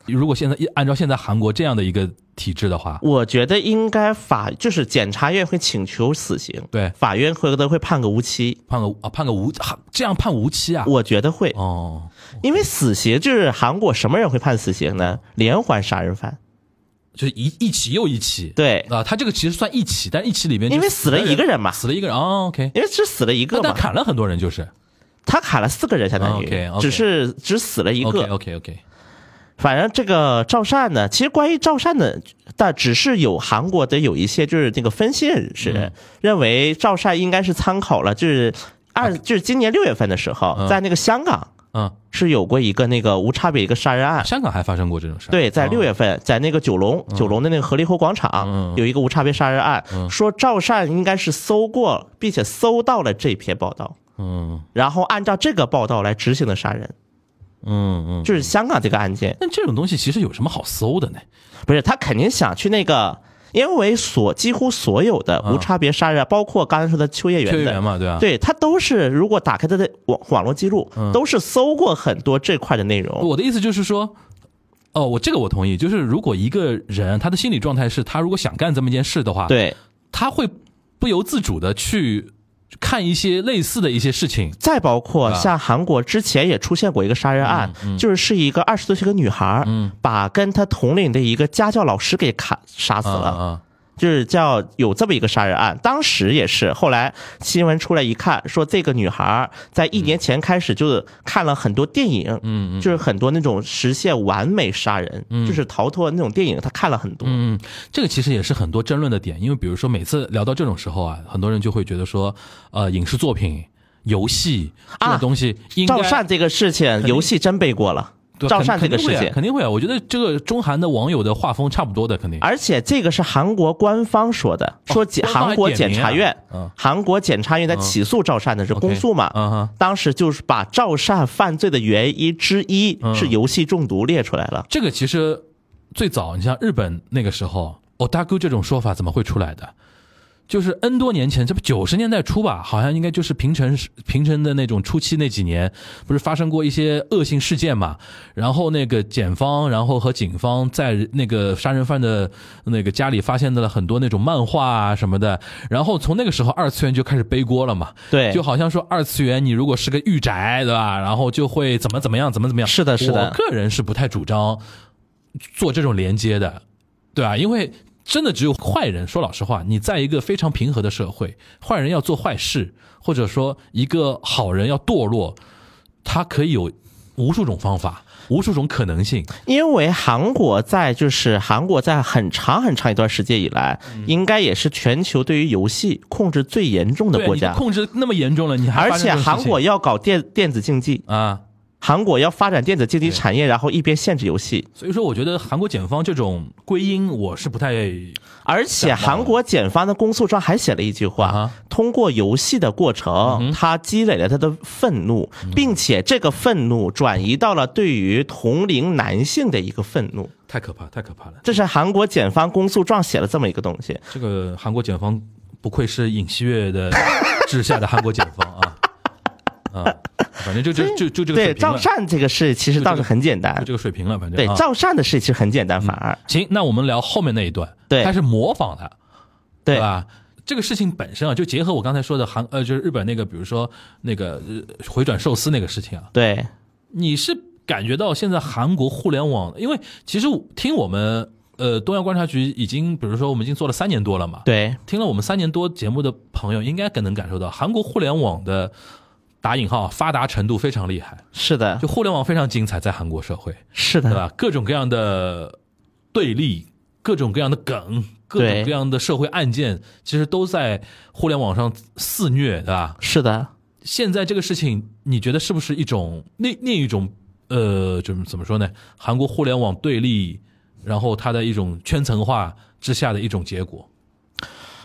E: 如果现在按照现在韩国这样的一个体制的话，
F: 我觉得应该法就是检察院会请求死刑，
E: 对
F: 法院会都会判个无期。
E: 判个啊判个无这样判无期啊？
F: 我觉得会，
E: 哦，
F: 因为死刑就是韩国什么人会判死刑呢？连环杀人犯，
E: 就是一一起又一起，
F: 对
E: 啊，他这个其实算一起，但一起里面就
F: 因为死了一个人嘛，
E: 死了一个人啊，OK，
F: 因为只死了一
E: 那
F: 个
E: 但
F: 嘛，
E: 砍了很多人就是
F: 他砍了四个人相当于
E: 哦 OK，OK，
F: 只是只死了一
E: ，OK
F: 个。
E: OK OK，
F: 反正这个赵善呢，其实关于赵善的，但只是有韩国的有一些就是那个分析人士认为赵善应该是参考了，就是二就是今年六月份的时候
E: 嗯，
F: 在那个香港
E: 嗯，
F: 是有过一个那个无差别一个杀人案。
E: 啊香港还发生过这种事儿。
F: 对，在
E: 嗯
F: 六月份，在那个九龙，九龙的那个河狸湖广
E: 嗯
F: 场有一个无差别杀人案，说赵善应该是搜过，并且搜到了这篇报道，
E: 嗯
F: 然后按照这个报道来执行的杀人，
E: 嗯嗯。
F: 就是香港这个案件。
E: 但这种东西其实有什么好搜的呢？
F: 不是，他肯定想去那个，因为所几乎所有的无差别杀人，啊包括刚才说的秋叶
E: 嗯秋
F: 原
E: 叶
F: 的
E: 原，嘛，对啊。。
F: 对他都是如果打开他的网网络记录，
E: 嗯
F: 都是搜过很多这块的内容。
E: 我的意思就是说，哦，我这个我同意，就是如果一个人他的心理状态是他如果想干这么一件事的话，，
F: 对，
E: 他会不由自主的去看一些类似的一些事情。
F: 再包括
E: 啊嗯
F: 像韩国之前也出现过一个杀人案，就是是一个二十多岁的女孩，把跟她同龄的一个家教老师给砍杀死
E: 啊
F: 了。
E: 啊！
F: 就是叫有这么一个杀人案，当时也是，后来新闻出来一看，说这个女孩儿在一年前开始就是看了很多电影，嗯，就是很多那种实现完美杀人，就是逃脱那种电影，她看了很多，
E: 嗯，这个其实也是很多争论的点，因为比如说每次聊到这种时候啊，很多人就会觉得说，呃，影视作品、游戏这
F: 啊
E: 种东西应该，
F: 赵善这个事情，游戏真背过了，
E: 对
F: 赵
E: 肯
F: 善这
E: 肯
F: 个
E: 定
F: 事
E: 会啊
F: 情。
E: 肯定会啊。我觉得这个中韩的网友的画风差不多的，肯定。
F: 而且这个是韩国官方说的，说检
E: 哦官方还
F: 韩国
E: 点
F: 检
E: 名啊
F: 察院
E: 嗯，
F: 韩国检察院在起诉赵善的是
E: OK，
F: 公诉嘛，
E: 嗯哼，
F: 当时就是把赵善犯罪的原因之一
E: 嗯
F: 是游戏中毒列出来了。
E: 这个其实最早，你像日本那个时候，otaku 这种说法怎么会出来的？就是 N 多年前，这不九十年代初吧，好像应该就是平成时平成的那种初期那几年，不是发生过一些恶性事件嘛？然后那个检方，然后和警方在那个杀人犯的那个家里发现了很多那种漫画啊什么的，然后从那个时候二次元就开始背锅了嘛。
F: 对
E: 就好像说二次元你如果是个御宅，对吧？然后就会怎么怎么样，怎么怎么样。
F: 是的是的
E: 我个人是不太主张做这种连接的，对啊，因为真的只有坏人。说老实话，你在一个非常平和的社会，坏人要做坏事，或者说一个好人要堕落，他可以有无数种方法，无数种可能性。
F: 因为韩国在就是韩国在很长很长一段时间以来，
E: 嗯
F: 应该也是全球对于游戏控制最严重的
E: 对，
F: 国
E: 你
F: 家，
E: 控制那么严重了，你还
F: 而
E: 发生
F: 且
E: 这种事情
F: 韩国要搞电电子竞技，
E: 啊，
F: 韩国要发展电子竞技产业，然后一边限制游戏，
E: 所以说我觉得韩国检方这种归因，我是不太
F: 而且韩国检方的公诉状还写了一句
E: 啊
F: 话
E: 哈：嗯
F: 通过游戏的过程，他积累了他的愤怒，并且这个愤怒转移到了对于同龄男性的一个愤怒。
E: 太可怕，太可怕了。
F: 这是韩国检方公诉状写了这么一个东西。
E: 这个韩国检方不愧是尹锡悦的治下的韩国检方啊 啊，反正就这就就这个水
F: 对
E: 平
F: 赵
E: 了，
F: 善这个事其实倒是很简
E: 就
F: 单，
E: 这个水平了，反正
F: 对
E: 啊嗯
F: 赵善的事其实很简单，反而
E: 行，那我们聊后面那一段，
F: 对
E: 他是模仿他，
F: 对
E: 吧？这个事情本身啊，就结合我刚才说的韩呃，就是日本那个，比如说那个、呃回转寿司那个事情啊，
F: 对
E: 你是感觉到现在韩国互联网，因为其实听我们呃东亚观察局已经，比如说我们已经做了三年多了嘛，
F: 对
E: 听了我们三年多节目的朋友，应该更能感受到韩国互联网的打引号发达程度非常厉害，
F: 是的
E: 就，互联网非常精彩，在韩国社会，
F: 是
E: 对
F: 的，
E: 吧？各种各样的对立，各种各样的梗，各种
F: 对
E: 各样的社会案件，其实都在互联网上肆虐，对吧？
F: 是的。
E: 现在这个事情，你觉得是不是一种另另一种呃，就是怎么说呢？韩国互联网对立，然后它的一种圈层化之下的一种结果。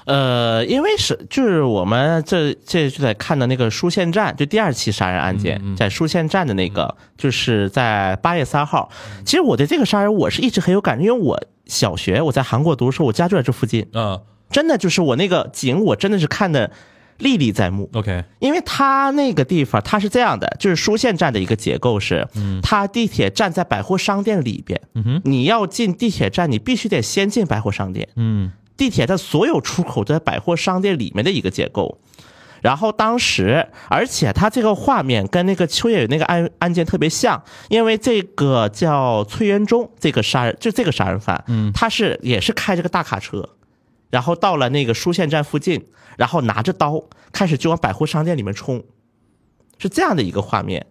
F: 呃，因为是就是我们这这就在看的那个书县站，就第二起杀人案件，
E: 嗯
F: 在书县站的那个，就是在八月三号。
E: 嗯
F: 其实我对这个杀人我是一直很有感觉，因为我小学我在韩国读书，我家就在这附近，
E: 啊、
F: 真的就是我那个景，我真的是看的历历在目。
E: o k
F: 因为它那个地方它是这样的，就是书县站的一个结构是，它地铁站在百货商店里边，你要进地铁站，你必须得先进百货商店，
E: 嗯。
F: 地铁它所有出口都在百货商店里面的一个结构。然后当时，而且它这个画面跟那个秋叶原那个案案件特别像，因为这个叫崔元忠这个杀人，就这个杀人犯，嗯，他是也是开着个大卡车，然后到了那个书县站附近，然后拿着刀开始就往百货商店里面冲，是这样的一个画面。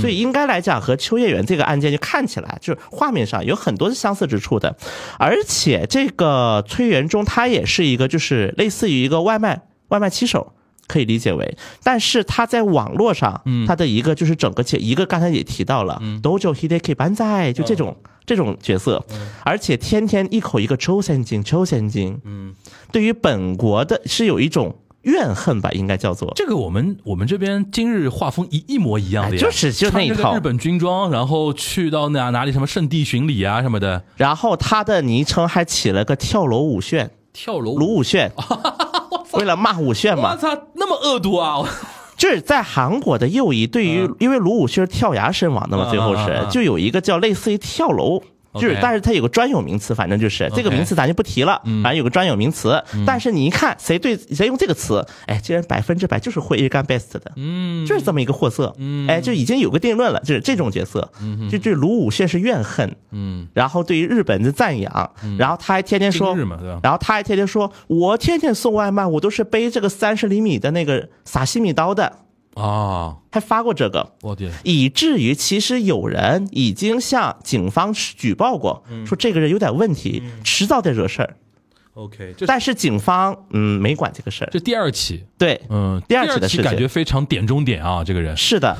F: 所以应该来讲，和秋叶原这个案件就看起来就是画面上有很多的相似之处的，而且这个崔元忠他也是一个就是类似于一个外卖外卖骑手，可以理解为，但是它在网络上，它的一个就是整个切一个，刚才也提到了，dojo hideki banzai 就这种这种角色，而且天天一口一个抽三金抽三金，嗯，对于本国的是有一种怨恨吧，应该叫做。
E: 这个我们我们这边今日画风一一模一样的呀，
F: 哎就是就那一
E: 穿着
F: 套
E: 个日本军装，然后去到哪哪里什么圣地巡礼啊什么的，
F: 然后他的昵称还起了个跳楼舞炫，
E: 跳楼
F: 卢 武铉，为了骂武铉
E: 我
F: 嘛，
E: 操，那么恶毒啊！
F: 就是在韩国的右翼对
E: 嗯
F: 于，因为卢武铉是跳崖身亡的嘛，最后
E: 啊啊
F: 是
E: 啊
F: 就有一个叫类似于跳楼。就
E: OK
F: 是，但是它有个专有名词，反正就是这个
E: OK
F: 名词咱就不提了，反正有个专有名词。但是你一看谁对谁用这个词，哎，竟然百分之百就是会 A 干 best 的，嗯，就是这么一个货色，嗯，哎，就已经有个定论了，就是这种角色，就对卢武铉是怨恨，嗯，然后对于日本的赞扬，然后他还天天说
E: 嗯今日嘛对吧
F: 然后他还天天说，我天天送外卖，我都是背这个三十厘米的那个撒西米刀的，
E: 啊，
F: 还发过这个，
E: 我天，
F: 以至于其实有人已经向警方举报过，
E: 嗯
F: 说这个人有点问题，迟早得惹事儿。
E: OK，这
F: 但是警方嗯没管这个事儿，
E: 这第二起，
F: 对，
E: 嗯，
F: 第二
E: 二
F: 起的事情
E: 感觉非常点中点啊，这个人
F: 是的。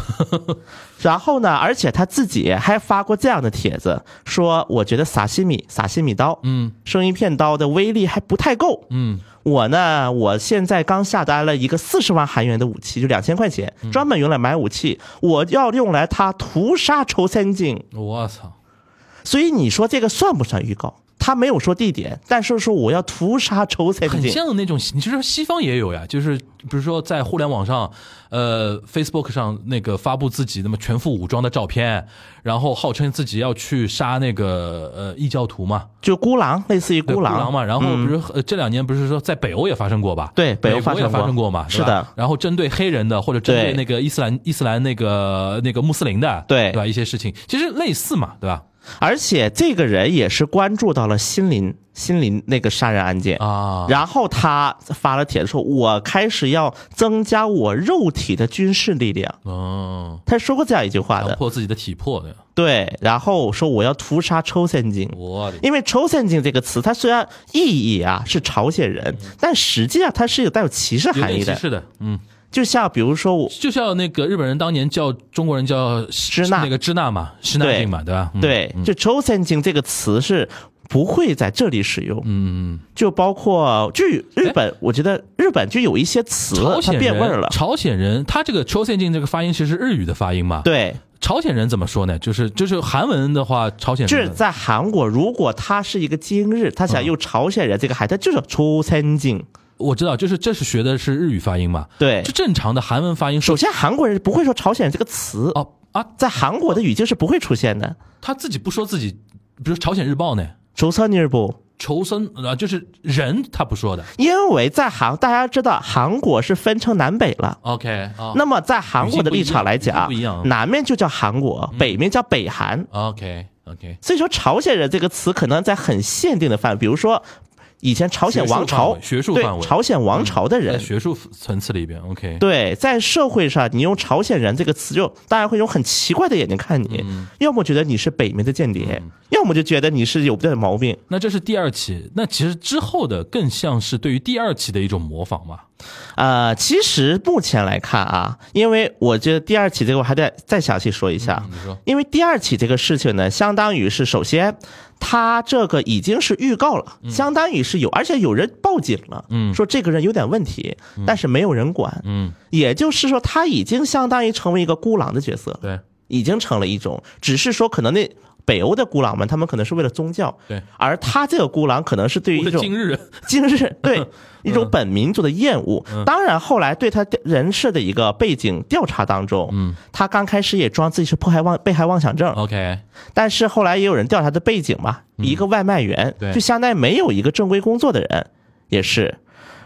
F: 然后呢，而且他自己还发过这样的帖子，说我觉得撒西米撒西米刀，嗯，生鱼片刀的威力还不太够，嗯。我呢，我现在刚下单了一个四十万韩元的武器，就两千块钱，专门用来买武器，我要用来它屠杀仇三井。
E: 我操，
F: 所以你说这个算不算预告？他没有说地点，但是说我要屠杀仇财
E: 很
F: 进。
E: 像那种，你就说西方也有呀，就是比如说在互联网上，呃，Facebook 上那个发布自己那么全副武装的照片，然后号称自己要去杀那个呃异教徒嘛，
F: 就孤狼，类似于
E: 对
F: 孤狼嗯
E: 嘛，然后不是、呃这两年不是说在北欧也发生过吧？
F: 对北欧
E: 美国也
F: 发生过
E: 发生过嘛，
F: 是
E: 对吧
F: 的
E: 然后针对黑人的或者针对
F: 对
E: 那个伊斯兰伊斯兰那个那个穆斯林的，
F: 对
E: 对吧？一些事情其实类似嘛，对吧？
F: 而且这个人也是关注到了心灵心灵那个杀人案件。
E: 啊，
F: 然后他发了帖子说：“我开始要增加我肉体的军事力量。
E: 嗯”，
F: 他说过这样一句话
E: 强
F: 的，
E: 迫自己的体魄的，
F: 对。然后说我要屠杀抽三金，
E: 我的
F: 因为“朝鲜镜”这个词，它虽然意义啊是朝鲜人，但实际上它是有带有歧
E: 嗯
F: 视
E: 有
F: 含
E: 点
F: 义
E: 歧
F: 的。
E: 视的，嗯。
F: 就像比如说我，
E: 就像那个日本人当年叫中国人叫支
F: 那
E: 那个支那嘛，支那
F: 对
E: 镜嘛，对吧？嗯，
F: 对，就 “chosen 镜”这个词是不会在这里使用。
E: 嗯，哎
F: 就包括据日本，我觉得日本就有一些词
E: 朝
F: 它
E: 鲜
F: 变
E: 人，
F: 味儿了。
E: 朝鲜人他这个 “chosen 镜”这个发音其实是日语的发音嘛？，
F: 对，
E: 朝鲜人怎么说呢？就是就是韩文的话，朝鲜
F: 就是
E: 人
F: 在韩国，如果他是一个今日，他
E: 嗯
F: 想用朝鲜人这个孩子，就是“抽三镜
E: 我知道，就是这是学的是日语发音嘛？”。
F: 对
E: 就，正常的韩文发音
F: 首
E: 说
F: 先韩国人不会说“朝鲜”这个词，
E: 哦啊，
F: 在韩国的语境是不会出现的。
E: 他自己不说自己，比如《朝鲜日报》呢，
F: 조선일보
E: 仇生啊，就是人他不说的。
F: 因为在韩，大家知道韩国是分成南北了。
E: OK 啊，
F: 那么在韩国的立场来
E: 语境
F: 讲
E: 不一样，啊嗯
F: 南面就叫韩国，北面叫北韩。
E: OK OK，
F: 所以说，朝鲜人这个词可能在很限定的范围，比如说以前朝鲜王朝
E: 学术
F: 对
E: 范围学术范围
F: 朝鲜王朝的
E: 在
F: 人，
E: 学术层次里边，OK，
F: 对，在社会上你用朝鲜人这个词，就大家会用很奇怪的眼睛看你，
E: 嗯
F: 要么觉得你是北面的间谍，要么就觉得你是有点毛病。
E: 那这是第二期，那其实之后的更像是对于第二期的一种模仿嘛。
F: 呃，其实目前来看啊，因为我觉得第二起这个我还得再详细说一下。
E: 你说
F: 因为第二起这个事情呢，相当于是首先，他这个已经是预告了，
E: 嗯
F: 相当于是有，而且有人报警了，嗯，说这个人有点问题，但是没有人管，
E: 嗯，
F: 也就是说他已经相当于成为一个孤狼的角色，
E: 对，
F: 已经成了一种，只是说可能那北欧的孤狼们，他们可能是为了宗教，
E: 对
F: 而他这个孤狼可能是对于
E: 我
F: 一
E: 的
F: 种
E: 今 日
F: 今日 对一种本民族的厌恶。当然，后来对他调人事的一个背景调查当中，嗯，哦他刚开始也装自己是迫害妄被害妄想症，
E: OK，
F: 但是后来也有人调查他的背景嘛，一个外卖员
E: 对，
F: 就相当于没有一个正规工作的人，也是。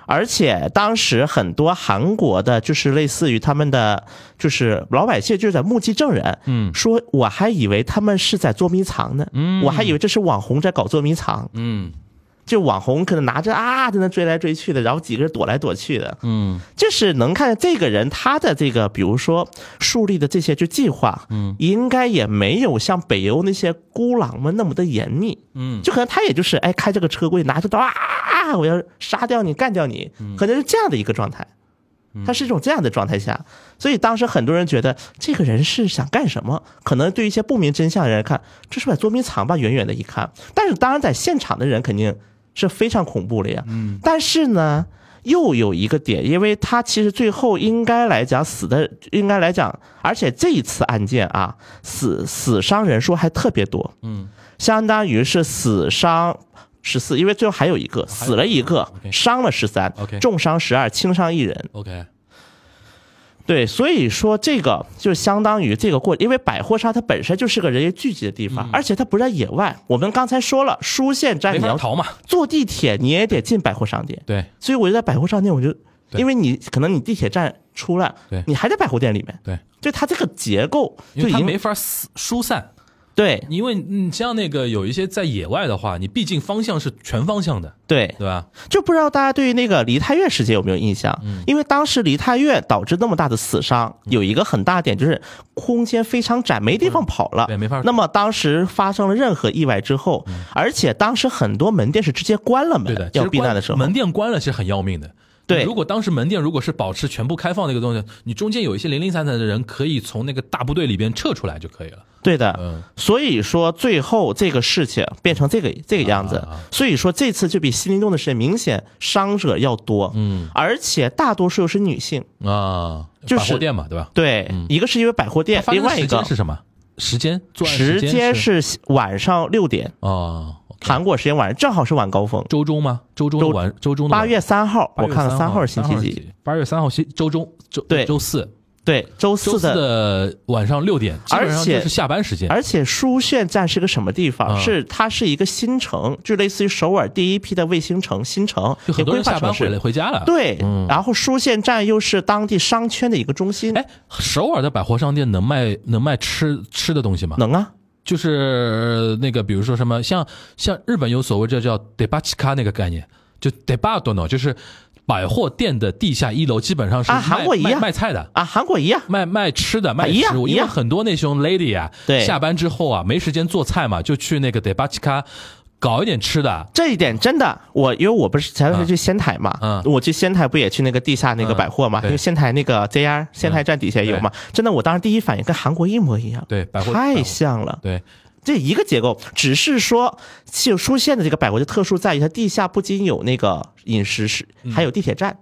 F: 而且当时很多韩国的，就是类似于他们的，就是老百姓，就是在目击证人，嗯，说我还以为他们是在做迷藏呢，嗯，我还以为这是网红在搞捉迷藏，
E: 嗯
F: 就网红可能拿着啊在那追来追去的，然后几个人躲来躲去的，
E: 嗯
F: 就是能看见这个人他的这个，比如说树立的这些就计划，嗯，应该也没有像北欧那些孤狼们那么的严密，
E: 嗯，
F: 就可能他也就是哎开这个车柜拿着刀啊，我要杀掉你干掉你，可能是这样的一个状态。它是一种这样的状态下，所以当时很多人觉得这个人是想干什么？可能对于一些不明真相的人看，这是不是在捉迷藏吧？远远的一看，但是当然在现场的人肯定是非常恐怖了呀。嗯，但是呢，又有一个点，因为他其实最后应该来讲死的，应该来讲，而且这一次案件啊，死死伤人数还特别多。
E: 嗯，
F: 相当于是死伤十四，因为最后还有一个死了一个，
E: OK
F: 伤了十三
E: OK
F: 重伤十二，轻伤一人。
E: ，OK，
F: 对，所以说这个就相当于这个过，因为百货商它本身就是个人员聚集的地方，
E: 嗯
F: 而且它不是在野外。我们刚才说了，疏县站
E: 没
F: 你
E: 法
F: 要
E: 逃嘛，
F: 坐地铁，你也得进百货商店。
E: 对
F: 所以我就在百货商店，我就
E: 对
F: 因为你可能你地铁站出来
E: 对，
F: 你还在百货店里面，
E: 对，
F: 就它这个结构
E: 因
F: 就
E: 为
F: 已
E: 它
F: 经
E: 没法撕疏散，
F: 对
E: 因为你像那个有一些在野外的话，你毕竟方向是全方向的，
F: 对
E: 对吧？
F: 就不知道大家对于那个梨泰院事件有没有印象？
E: 嗯
F: 因为当时梨泰院导致那么大的死伤，有一个很大点就是空间非常窄，没地方跑了，
E: 嗯对没法嗯
F: 那么当时发生了任何意外之后，而且当时很多门店是直接关了
E: 对的
F: 门，，
E: 其
F: 要
E: 实
F: 避难的
E: 关
F: 时候，
E: 门店关了是很要命的。
F: 对
E: 如果当时门店如果是保持全部开放那个东西，你中间有一些零零散散的人可以从那个大部队里边撤出来就可以了。
F: 对的，
E: 嗯
F: 所以说最后这个事情变成这个这个样子，
E: 啊
F: 所以说这次就比西林洞的事件明显伤者要多，
E: 嗯
F: 而且大多数又是女性，
E: 啊，
F: 就是
E: 百货店嘛，对吧？
F: 对，一个是因为百货店
E: 嗯啊它，发
F: 另
E: 生的
F: 外一
E: 时
F: 个
E: 间是什么？时间作案
F: 时间
E: 间
F: 是晚上六点，
E: 啊，
F: 韩国时间晚上正好是晚高峰，
E: 周中吗？周中的
F: 周
E: 晚周中的晚
F: 八月三号，我看了
E: 三
F: 三号
E: 是
F: 是星期几？，
E: 八月三号星周中周
F: 对
E: 周四
F: 对，
E: 周
F: 周四
E: 四
F: 的。
E: 的晚上六点，基本上
F: 而且
E: 就是下班时间。
F: 而且书炫站是个什么地
E: 啊
F: 方？是它是一个新城，就类似于首尔第一批的卫星城新城，
E: 就很多人
F: 也规划
E: 下班
F: 城市
E: 回来回家了。，
F: 对，然后书县站又是当地商圈的一个中心，
E: 哎，首尔的百货商店能卖能卖吃吃的东西吗？
F: 能啊，
E: 就是呃那个，比如说什么，像像日本有所谓这叫 d e b a c h i k a 那个概念，就 d e b a d o n o 就是百货店的地下一楼基本上是卖、
F: 啊韩国一样
E: 卖卖菜的。
F: 啊，韩国一样，
E: 卖卖吃的，卖
F: 啊一样
E: 食物，
F: 一
E: 因为
F: 样
E: 很多那种 lady 啊，
F: 对
E: 下班之后啊，没时间做菜嘛，就去那个 d e b a c h i k a 搞一点吃的，
F: 这一点真的，我因为我不是前段时间去仙台嘛，
E: 嗯
F: 我去仙台不也去那个地下那个百货嘛
E: 嗯，对嗯
F: 因为仙台那个 JR 仙台站底下有嘛，真的，我当时第一反应跟韩国一模一样，
E: 对百货百
F: 太
E: 货
F: 像了。
E: 对，
F: 这一个结构，只是说，就出现的这个百货的特殊在于，它地下不仅有那个饮食室，还有地铁站，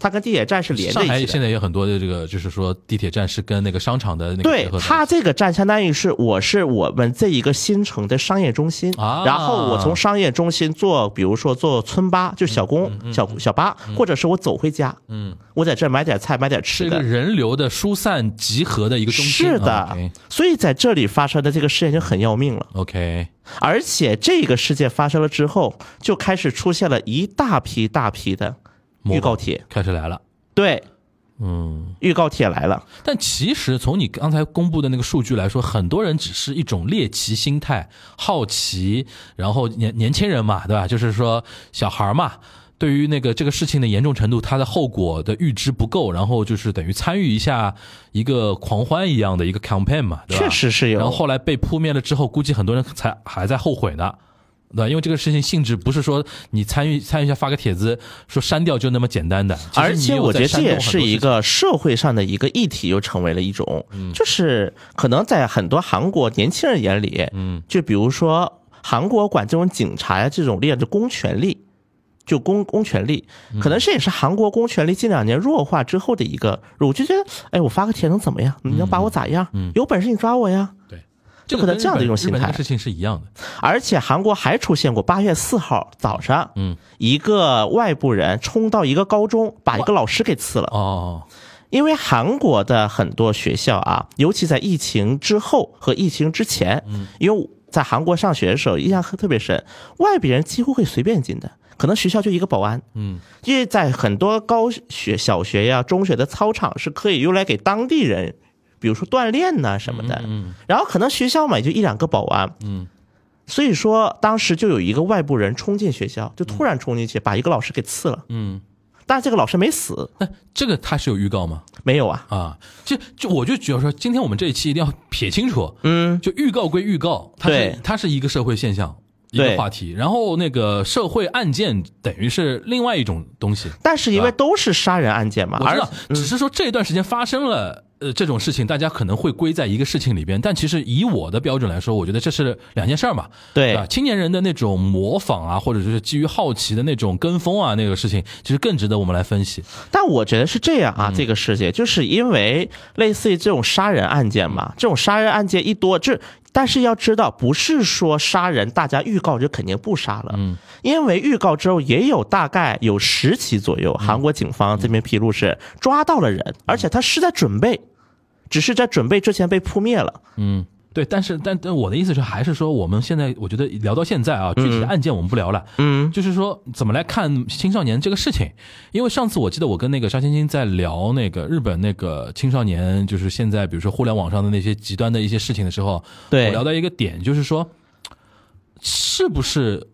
F: 它跟地铁站是连着
E: 嗯上
F: 一
E: 海
F: 起的
E: 现。在有很多的这个，就是说地铁站是跟那个商场的那个
F: 对
E: 结合的
F: 它这个站相当于是我是我们这一个新城的商业中心，
E: 啊
F: 然后我从商业中心坐，比如说坐村巴，就小公、
E: 嗯
F: 小小巴，或者是我走回家，嗯，我在这儿买点菜，买点
E: 是
F: 吃
E: 一个
F: 的。
E: 人流的疏散集合的一个中心。
F: 是
E: 啊
F: 的
E: ，OK，
F: 所以在这里发生的这个事件就很要命了。
E: OK，
F: 而且这个事件发生了之后，就开始出现了一大批大批的预告帖，
E: 开始来了。
F: 对，
E: 嗯，
F: 预告帖来了，
E: 但其实从你刚才公布的那个数据来说，很多人只是一种猎奇心态、好奇，然后年年轻人嘛，对吧？就是说小孩儿嘛，对于那个这个事情的严重程度，它的后果的预知不够，然后就是等于参与一下一个狂欢一样的一个 campaign 嘛，对吧？
F: 确实是有。
E: 然后后来被扑灭了之后，估计很多人才还在后悔呢。对，因为这个事情性质不是说你参与参与一下发个帖子说删掉就那么简单的，其实
F: 而
E: 你
F: 且
E: 有
F: 我觉
E: 在
F: 得这
E: 煽动
F: 也
E: 很
F: 是
E: 多
F: 一
E: 事嗯
F: 个社会上的一个议题，又成为了一种，就是可能在很多韩国年轻人眼里，嗯，就比如说韩国管这种警察呀这种力量就公权力，就公公权力，
E: 嗯
F: 可能这也是韩国公权力近两年弱化之后的一个，我就觉得，哎，我发个帖能怎么样？
E: 嗯
F: 你能把我咋样？有本事你抓我呀！
E: 情对，
F: 就
E: 这
F: 可能
E: 跟
F: 这样的
E: 日
F: 一种
E: 本
F: 心
E: 日本这
F: 态
E: 个事情是一样的。
F: 而且韩国还出现过八月四号早上，
E: 嗯，
F: 一个外部人冲到一个高中，把一个老师给刺了。
E: 哦，
F: 因为韩国的很多学校啊，尤其在疫情之后和疫情之前，
E: 嗯
F: 因为我在韩国上学的时候印象特别深，外边人几乎可以随便进的，可能学校就一个保安，
E: 嗯，
F: 因为在很多高学、小学呀、中学的操场是可以用来给当地人，比如说锻炼呐、什么的，
E: 嗯
F: 然后可能学校嘛也就一两个保安，
E: 嗯，
F: 所以说当时就有一个外部人冲进学校，就突然冲进去把一个老师给刺了，
E: 嗯，
F: 但是这个老师没死，
E: 那这个它是有预告吗？
F: 没有啊，
E: 啊，这就我就觉得说，今天我们这一期一定要撇清楚，
F: 嗯。
E: 就预告归预告，它是
F: 对
E: 它是一个社会现象，一个
F: 对
E: 话题，然后那个社会案件等于是另外一种东西。
F: 但是因为都是杀人案件嘛，
E: 我知
F: 而
E: 道，只是说这段时间发生了呃这种事情，大家可能会归在一个事情里边，但其实以我的标准来说，我觉得这是两件事儿嘛。
F: 对
E: 吧？青年人的那种模仿啊，或者就是基于好奇的那种跟风啊，那个事情其实更值得我们来分析。
F: 但我觉得是这样啊，
E: 嗯
F: 这个世界就是因为类似于这种杀人案件嘛，这种杀人案件一多，这但是要知道，不是说杀人大家预告就肯定不杀了，嗯，因为预告之后也有大概有十起左右，
E: 嗯
F: 韩国警方这边披露是抓到了人，而且他是在准备，只是在准备之前被扑灭了。
E: 嗯，对，但是但但我的意思是，还是说我们现在我觉得聊到现在啊，具体的案件我们不聊了，
F: 嗯，
E: 就是说怎么来看青少年这个事情，因为上次我记得我跟那个沙青青在聊那个日本那个青少年，就是现在比如说互联网上的那些极端的一些事情的时候，
F: 对
E: 我聊到一个点，就是说是不是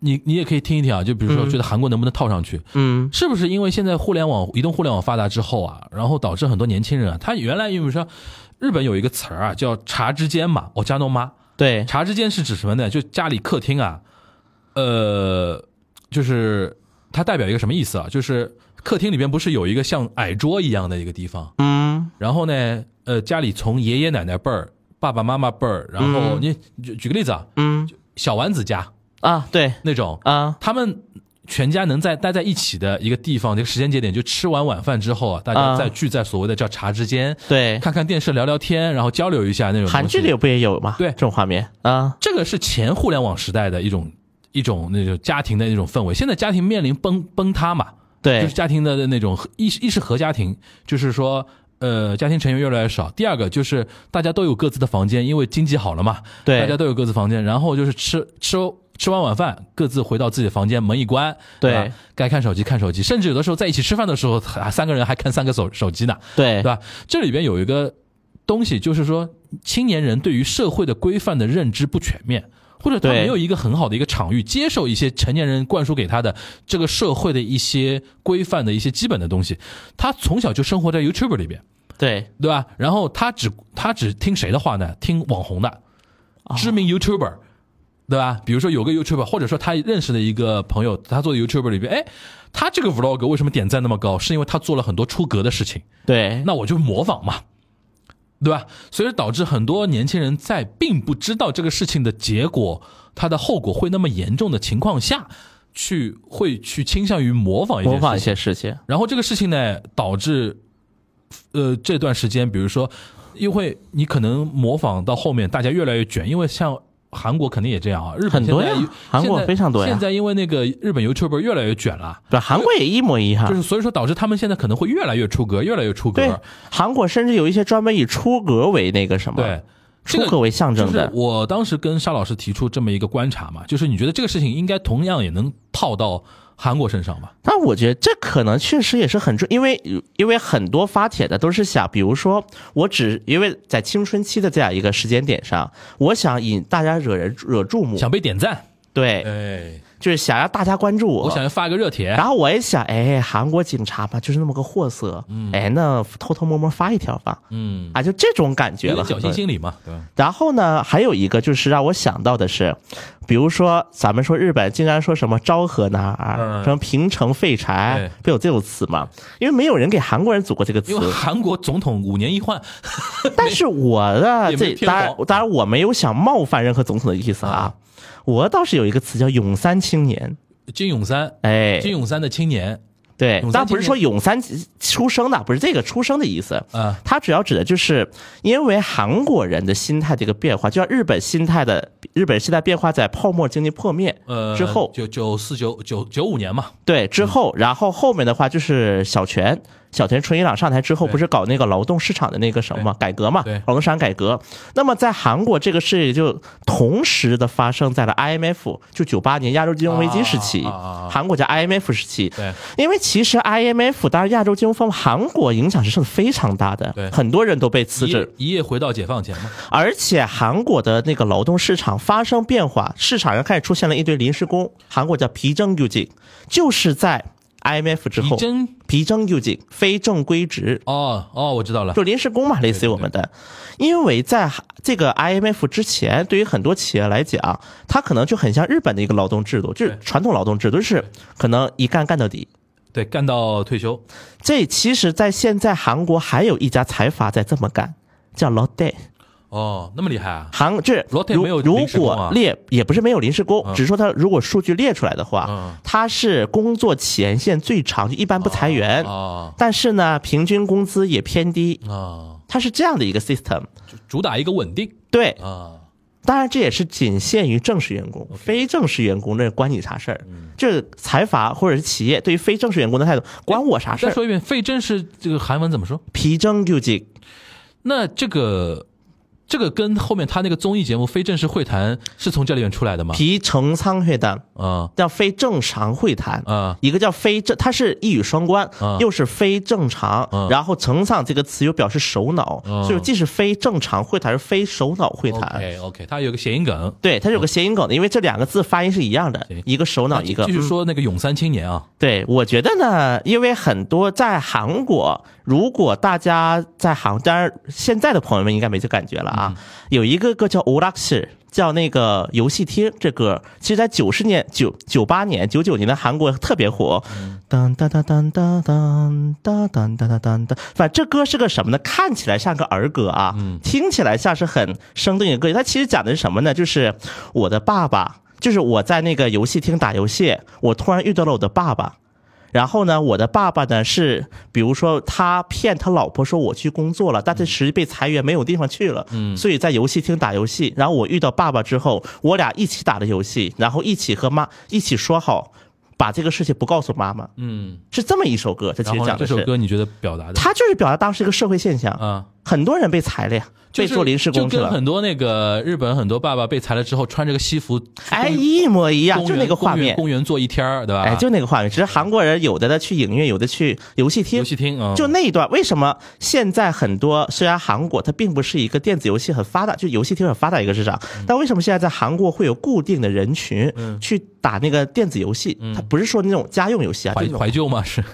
E: 你你也可以听一听啊，就比如说觉得韩国能不能套上去，
F: 嗯，
E: 是不是因为现在互联网、移动互联网发达之后啊，然后导致很多年轻人啊，他原来因为说日本有一个词儿啊，叫“茶之间”嘛，哦，加诺妈。
F: 对，
E: 茶之间是指什么呢？就家里客厅啊，呃，就是它代表一个什么意思啊？就是客厅里边不是有一个像矮桌一样的一个地方，
F: 嗯，
E: 然后呢，呃，家里从爷爷奶奶辈儿、爸爸妈妈辈儿，然后你举举个例子啊，
F: 嗯，
E: 小丸子家
F: 啊，对，
E: 那种，
F: 啊，
E: 他们全家能在待在一起的一个地方，这个时间节点，就吃完晚饭之后啊，大家
F: 啊
E: 再聚在所谓的叫茶之间，
F: 对，
E: 看看电视、聊聊天，然后交流一下那种东西。
F: 韩剧里不也有吗？
E: 对
F: 这种画面啊，
E: 这个是前互联网时代的一种一种那种家庭的那种氛围，现在家庭面临崩崩塌嘛，就
F: 对
E: 是，家庭的那种一一是和家庭，就是说。呃，家庭成员越来越少。第二个就是大家都有各自的房间，因为经济好了嘛，
F: 对
E: 大家都有各自房间。然后就是吃吃吃完晚饭，各自回到自己的房间，门一关，
F: 对
E: 吧该看手机看手机，甚至有的时候在一起吃饭的时候，还三个人还看三个手手机呢，对，
F: 对
E: 吧？这里边有一个东西，就是说青年人对于社会的规范的认知不全面，或者他
F: 对
E: 没有一个很好的一个场域接受一些成年人灌输给他的这个社会的一些规范的一些基本的东西。他从小就生活在 YouTube 里边，
F: 对，
E: 对吧？然后他只他只听谁的话呢？听网红的，
F: 啊
E: 知名 YouTuber。对吧？比如说有个 YouTuber，或者说他认识的一个朋友，他做的 YouTuber 里边，哎，他这个 Vlog 为什么点赞那么高？是因为他做了很多出格的事情。
F: 对，
E: 那我就模仿嘛，对吧？所以导致很多年轻人在并不知道这个事情的结果，它的后果会那么严重的情况下，去会去倾向于模仿一些
F: 模仿一
E: 事情
F: 些事情。
E: 然后这个事情呢，导致呃这段时间，比如说，因为你可能模仿到后面，大家越来越卷，因为像。韩国肯定也这样啊，日本
F: 很多呀
E: 现在
F: 韩国
E: 现在
F: 非常多呀
E: 现在因为那个日本 YouTuber 越来越卷了，
F: 不，韩国也一模一
E: 就
F: 样。
E: 是所以说导致他们现在可能会越来越出格，越来越出格。
F: 啊对，韩国甚至有一些专门以出格为那个什么，
E: 对，这
F: 出
E: 个
F: 格为象
E: 就
F: 征
E: 是
F: 的。
E: 我当时跟沙老师提出这么一个观察嘛，就是你觉得这个事情应该同样也能套到韩国身上吧？
F: 但我觉得这可能确实也是很重，因为因为很多发帖的都是想，比如说我只因为在青春期的这样一个时间点上，我想引大家惹人惹注目，
E: 想被点赞，
F: 对，
E: 哎，
F: 就是想让大家关注我。
E: 我想要发个热帖
F: 然，后我也想，哎，韩国警察嘛，就是那么个货色，哎，那偷偷摸摸发一条吧，
E: 嗯，
F: 啊，就这种感觉
E: 有
F: 了。
E: 点侥
F: 很多
E: 幸心理嘛，对吧？
F: 然后呢，还有一个就是让我想到的是，比如说咱们说日本经常说什么昭和男儿
E: 嗯，
F: 什么平成废柴，不有这种词吗？因为没有人给韩国人组过这个 词
E: 因，为韩国总统五年一换，
F: 但是我
E: 也
F: 的
E: 没
F: 这
E: 天
F: 当然
E: 皇
F: 当然我没有想冒犯任何总统的意思啊，
E: 嗯
F: 我倒是有一个词叫永三青年，
E: 金永三，
F: 哎，
E: 金永三的青年
F: 对
E: 永，三
F: 但不是
E: 青
F: 说永三出生的，不是这个出生的意思。
E: 啊，
F: 它主要指的就是因为韩国人的心态的一个变化，就像日本心态的日本心态变化在泡沫经济破灭
E: 呃，
F: 之后，
E: 九九四九九九五年嘛，
F: 对之后，然后后面的话就是小泉小泉纯一郎上台之后，
E: 对
F: 不是搞那个劳动市场的那个什么改革嘛
E: 对，
F: 劳动市场改革。那么在韩国这个事情就同时的发生在了 IMF 就九八年亚洲金融危机时期
E: 啊啊啊啊，
F: 韩国叫 IMF 时期，
E: 对，
F: 因为其实 IMF 当然亚洲金融风暴韩国影响是受非常大的
E: 对，
F: 很多人都被辞
E: 一
F: 职
E: 夜，一夜回到解放前嘛，
F: 而且韩国的那个劳动市场发生变化，市场上开始出现了一堆临时工，韩国叫皮征 u j 就是在 IMF 之后
E: 仪，征
F: 皮征右进，非正规职，
E: 哦哦，我知道了
F: 就，临时工嘛，类似于我们的。因为在这个 IMF 之前，对于很多企业来讲，它可能就很像日本的一个劳动制度，就是
E: 对
F: 传统劳动制度，就是可能一干干到底。
E: 对，干到退休，
F: 这其实，在现在韩国还有一家财阀在这么干，叫 Lotte。
E: 哦，那么厉害啊，
F: 韩就是
E: Lotte
F: 如
E: 没有
F: 如
E: 临时工啊
F: 果列也不是没有临时工，
E: 嗯
F: 只是说他如果数据列出来的
E: 嗯
F: 话，他是工作前线最长，就一般不裁员，
E: 哦
F: 但是呢，平均工资也偏低，
E: 哦，
F: 它是这样的一个 system。
E: 就主打一个稳定
F: 对，
E: 啊，
F: 当然这也是仅限于正式员工，非正式员工那关你啥事儿？
E: 嗯
F: 这财阀或者是企业对于非正式员工的态度，关我啥事
E: 哎再
F: 儿？
E: 说一遍，费正是这个韩文怎么说？
F: 皮征就进，
E: 那这个这个跟后面他那个综艺节目《非正式会谈》是从这里面出来的吗？
F: 皮承仓会谈
E: 啊
F: 叫非正常会谈。
E: 啊
F: 一个叫非正，它是一语双关，
E: 嗯
F: 又是非正常，
E: 嗯
F: 然后“呈上”这个词又表示首脑，
E: 嗯
F: 所以既是非正常会谈，是非首脑会谈。
E: ，OK OK，他有个谐音梗，
F: 对，它是有个谐音梗的，因为这两个字发音是一样的
E: 行，
F: 一个首脑，
E: 继
F: 一个
E: 继续
F: 嗯
E: 说那个永三青年啊，
F: 对，我觉得呢，因为很多在韩国，如果大家在韩，当然现在的朋友们应该没这感觉了啊。有一个歌叫 o l a x 叫那个游戏厅，这歌其实在九十年、九九八年、九九年的韩国特别火。当当当当当当当当当当当，反正这歌是个什么呢？看起来像个儿歌啊，听起来像是很生动的歌曲。它其实讲的是什么呢？就是我的爸爸。就是我在那个游戏厅打游戏，我突然遇到了我的爸爸，然后呢，我的爸爸呢是，比如说他骗他老婆说我去工作了，但他
E: 嗯
F: 实际被裁员没有地方去了，嗯，所以在游戏厅打游戏。然后我遇到爸爸之后，我俩一起打的游戏，然后一起和妈一起说好，把这个事情不告诉妈妈，
E: 嗯，
F: 是这么一首歌。它其
E: 然
F: 实
E: 后呢
F: 讲
E: 这
F: 的
E: 首
F: 是，
E: 歌你觉得表达的
F: 它就是表达当时一个社会现象，
E: 啊？
F: 很多人被裁了呀，
E: 就
F: 被
E: 是
F: 做临时工去
E: 就跟
F: 了，
E: 很多那个日本很多爸爸被裁了之后，穿着个西服，
F: 哎，一模一样，
E: 公
F: 就
E: 园
F: 那个画
E: 公园
F: 面，
E: 公园坐一天儿，对吧？
F: 哎，就那个画面。只是韩国人有的呢去影院，有的去游戏厅
E: 游，戏厅啊，嗯
F: 就那一段，为什么现在很多虽然韩国它并不是一个电子游戏很发达，就游戏厅很发达一个市场，
E: 嗯
F: 但为什么现在在韩国会有固定的人群去打那个电子游戏？它不是说那种家用游戏啊，
E: 嗯怀
F: 这种
E: 怀旧嘛 是，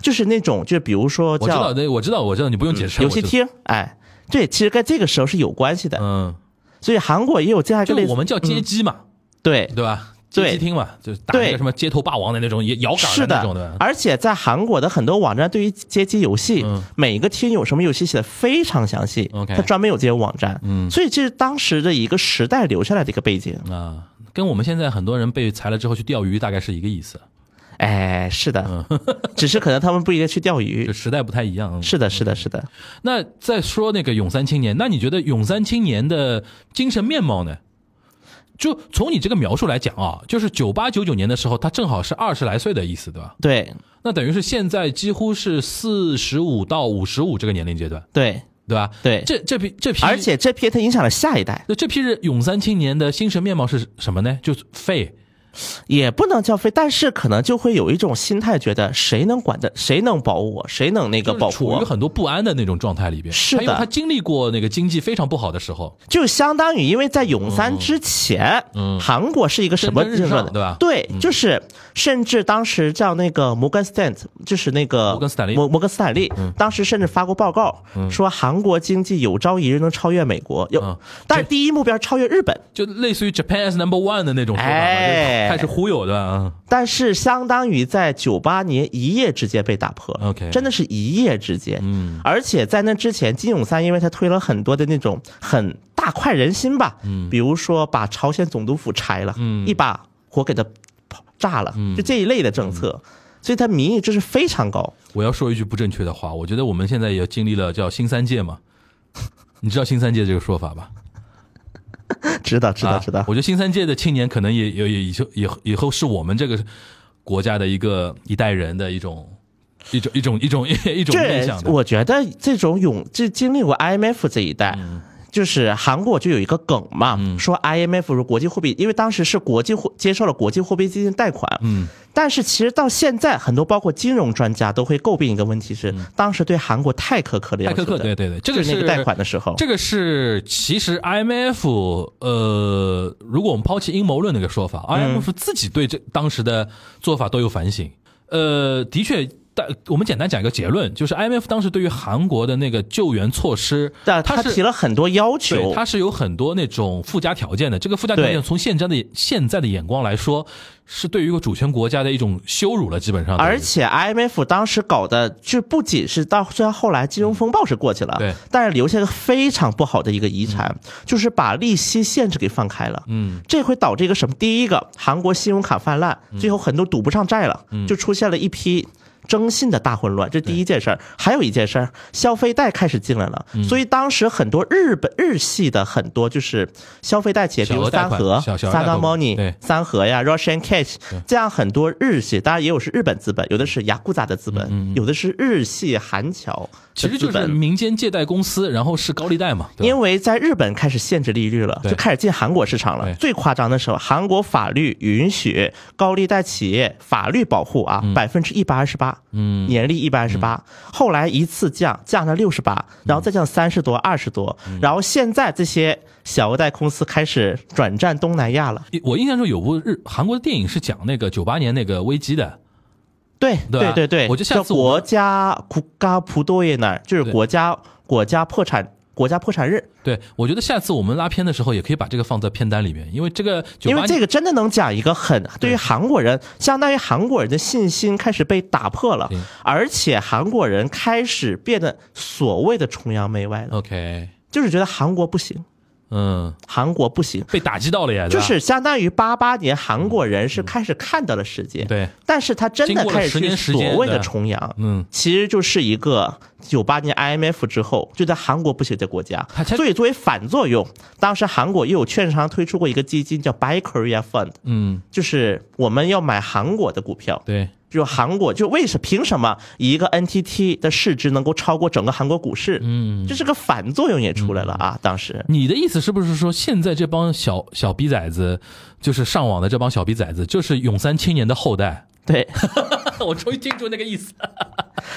F: 就是那种就比如说
E: 我知道
F: 叫嗯
E: 那我知道我知道，你不用解释
F: 游
E: 我
F: 戏，
E: 知道
F: 厅，哎，对，其实跟这个时候是有关系的，
E: 嗯，
F: 所以韩国也有这样一
E: 就
F: 个类似
E: 我们叫街机嘛，
F: 对。
E: 对吧？街
F: 对
E: 机厅嘛，就是打那个
F: 对
E: 什么街头霸王的那种，也摇
F: 是
E: 杆那
F: 的
E: 种的，，
F: 而且在韩国的很多网站对于街机游戏
E: 嗯，
F: 每个厅有什么游戏写的非常详细
E: OK
F: 它专门有这些网站，
E: 嗯
F: 所以这是当时的一个时代留下来的一个背景。
E: 啊，跟我们现在很多人被裁了之后去钓鱼大概是一个意思，
F: 哎，是的， 只是可能他们不应该去钓
E: 嗯 就
F: 鱼。
E: 时代不太一样。嗯
F: 是的，是的，是的。
E: 那再说那个永三青年，那你觉得永三青年的精神面貌呢？就从你这个描述来讲啊，就是九八九九年的时候，他正好是二十来岁的意思，对吧？
F: 对
E: 那等于是现在几乎是四十五到五十五这个年龄阶段，
F: 对
E: 对吧？
F: 对，
E: 这这批这批，
F: 而且这批它影响了下一代，
E: 那这批人永三青年的精神面貌是什么呢？就是废，
F: 也不能叫非，但是可能就会有一种心态，觉得谁能管的，谁能保我，谁能那个
E: 就是
F: 保
E: 处于
F: 护我，
E: 很多不安的那种状态里边。
F: 是的
E: 他因为他经历过那个经济非常不好的时候，
F: 就相当于因为在永
E: 嗯
F: 三之前，韩国是一个什么
E: 蒸嗯蒸日上
F: 的，
E: 对吧嗯
F: 对，就是甚至当时叫那个摩根斯坦，就是那个
E: 摩根斯坦利嗯
F: 摩摩根斯坦利，当时甚至发过报告说韩国经济有朝一日能超越美国，
E: 嗯
F: 有，但是第一目标是超越日本。
E: 就类似于 Japan's number one 的那种说法嘛，
F: 哎
E: 就是开始忽悠的啊。
F: 但是相当于在九八年一夜之间被打破
E: OK
F: 真的是一夜之间。
E: 嗯，
F: 而且在那之前，金泳三因为他推了很多的那种很大快人心吧，嗯，比如说把朝鲜总督府拆了，嗯，一把火给他抛炸了，
E: 嗯
F: 就这一类的政策，所以他民意支持非常高。
E: 我要说一句不正确的话，我觉得我们现在也经历了叫新三届嘛，你知道新三届这个说法吧？
F: 知道，知道，知道
E: 啊。我觉得新三届的青年可能也也也以后以后以后是我们这个国家的一个一代人的一种一种一种一种一种面
F: 这
E: 向的。
F: 我觉得这种勇，这经历过 IMF 这一代。
E: 嗯
F: 就是韩国就有一个梗嘛，说 IMF 如国际货币，因为当时是国际货接受了国际货币基金贷款，
E: 嗯，
F: 但是其实到现在，很多包括金融专家都会诟病一个问题是，当时对韩国太苛刻了要
E: 嗯太
F: 求
E: 苛刻，
F: 的
E: 对对对，这
F: 就
E: 个
F: 是那
E: 是
F: 个贷款的时候，
E: 这个是其实 IMF 呃，如果我们抛弃阴谋论那个说法，IMF 自己对这当时的做法都有反省。呃，的确。但我们简单讲一个结论，就是 IMF 当时对于韩国的那个救援措施，
F: 但
E: 它
F: 他
E: 是
F: 提了很多要
E: 对，
F: 求，
E: 它是有很多那种附加条件的。这个附加条件
F: 对
E: 从现在的现在的眼光来说，是对于一个主权国家的一种羞辱了，基本上。
F: 而且 IMF 当时搞的就不仅是到虽然后来金融风暴是过去了，
E: 对嗯
F: 但是留下一个非常不好的一个遗产，就是把利息限制给放开了，嗯，这会导致一个什么？第一个，韩国信用卡泛滥，
E: 嗯
F: 最后很多赌不上债了，就出现了一批。征信的大混乱，这第一件事儿。还有一件事儿，消费贷开始进来了，
E: 嗯
F: 所以当时很多日本日系的很多就是消费贷企业，比
E: 小
F: 如
E: 额贷
F: 三
E: 款
F: 和、
E: 小小额
F: 三
E: 贷
F: 冈
E: 款
F: Money、
E: 对
F: 三和呀、Russian Cash
E: 嗯
F: 这样很多日系，当然也有是日本资本，有的是雅库扎的资本，有的是日系韩侨
E: 嗯其
F: 的
E: 实
F: 资
E: 就是
F: 本。
E: 民间借贷公司，然后是高利贷嘛，对吧
F: 因为在日本开始限制利率了，
E: 对
F: 就开始进韩国市场
E: 对
F: 了。最夸张的时候，韩国法律允许高利贷企业法律保护啊，
E: 嗯
F: 百分之一百二十八，嗯，年利一百二十八。后来一次降，降到六十八，
E: 嗯
F: 然后再降三十多、二十多，然后现在这些小额贷公司开始转战东南亚了。
E: 我印象中有部日韩国的电影是讲那个九八年那个危机的，
F: 对
E: 对吧
F: 对对，
E: 我觉得下
F: 叫
E: 次我
F: 国家国家普多耶那儿，就是
E: 对
F: 国家国家破产国家破产日，
E: 对我觉得下次我们拉片的时候也可以把这个放在片单里面，因为这个九
F: 因
E: 八
F: 为这
E: 年
F: 个真的能讲一个很
E: 对
F: 对于韩国人，相当于韩国人的信心开始被打破了
E: 对，
F: 而且韩国人开始变得所谓的崇洋媚
E: 嗯
F: 外了，
E: OK，
F: 就是觉得韩国不行，
E: 嗯，
F: 韩国不行。
E: 被打击到了呀，对
F: 就
E: 吧嗯
F: 是相当于八八年韩国人是开始看到了世界，
E: 对，
F: 但是他真
E: 经
F: 的
E: 过了
F: 开
E: 10
F: 始去
E: 年时间
F: 所谓的
E: 对
F: 崇洋，
E: 嗯，
F: 其实就是一个九八年 IMF 之后就在韩国不行的国家
E: 它它，
F: 所以作为反作用，当时韩国又有券商推出过一个基金叫 Buy Korea Fund，
E: 嗯，
F: 就是我们要买韩国的股票，
E: 对，
F: 就韩国就为什凭什么一个 NTT 的市值能够超过整个韩国股市？嗯，这是个反作用也出来了啊，当时。
E: 你的意思是不是说现在这帮小小逼崽子，就是上网的这帮小逼崽子，就是永三青年的后代？
F: 对，
E: 我终于听出那个意思。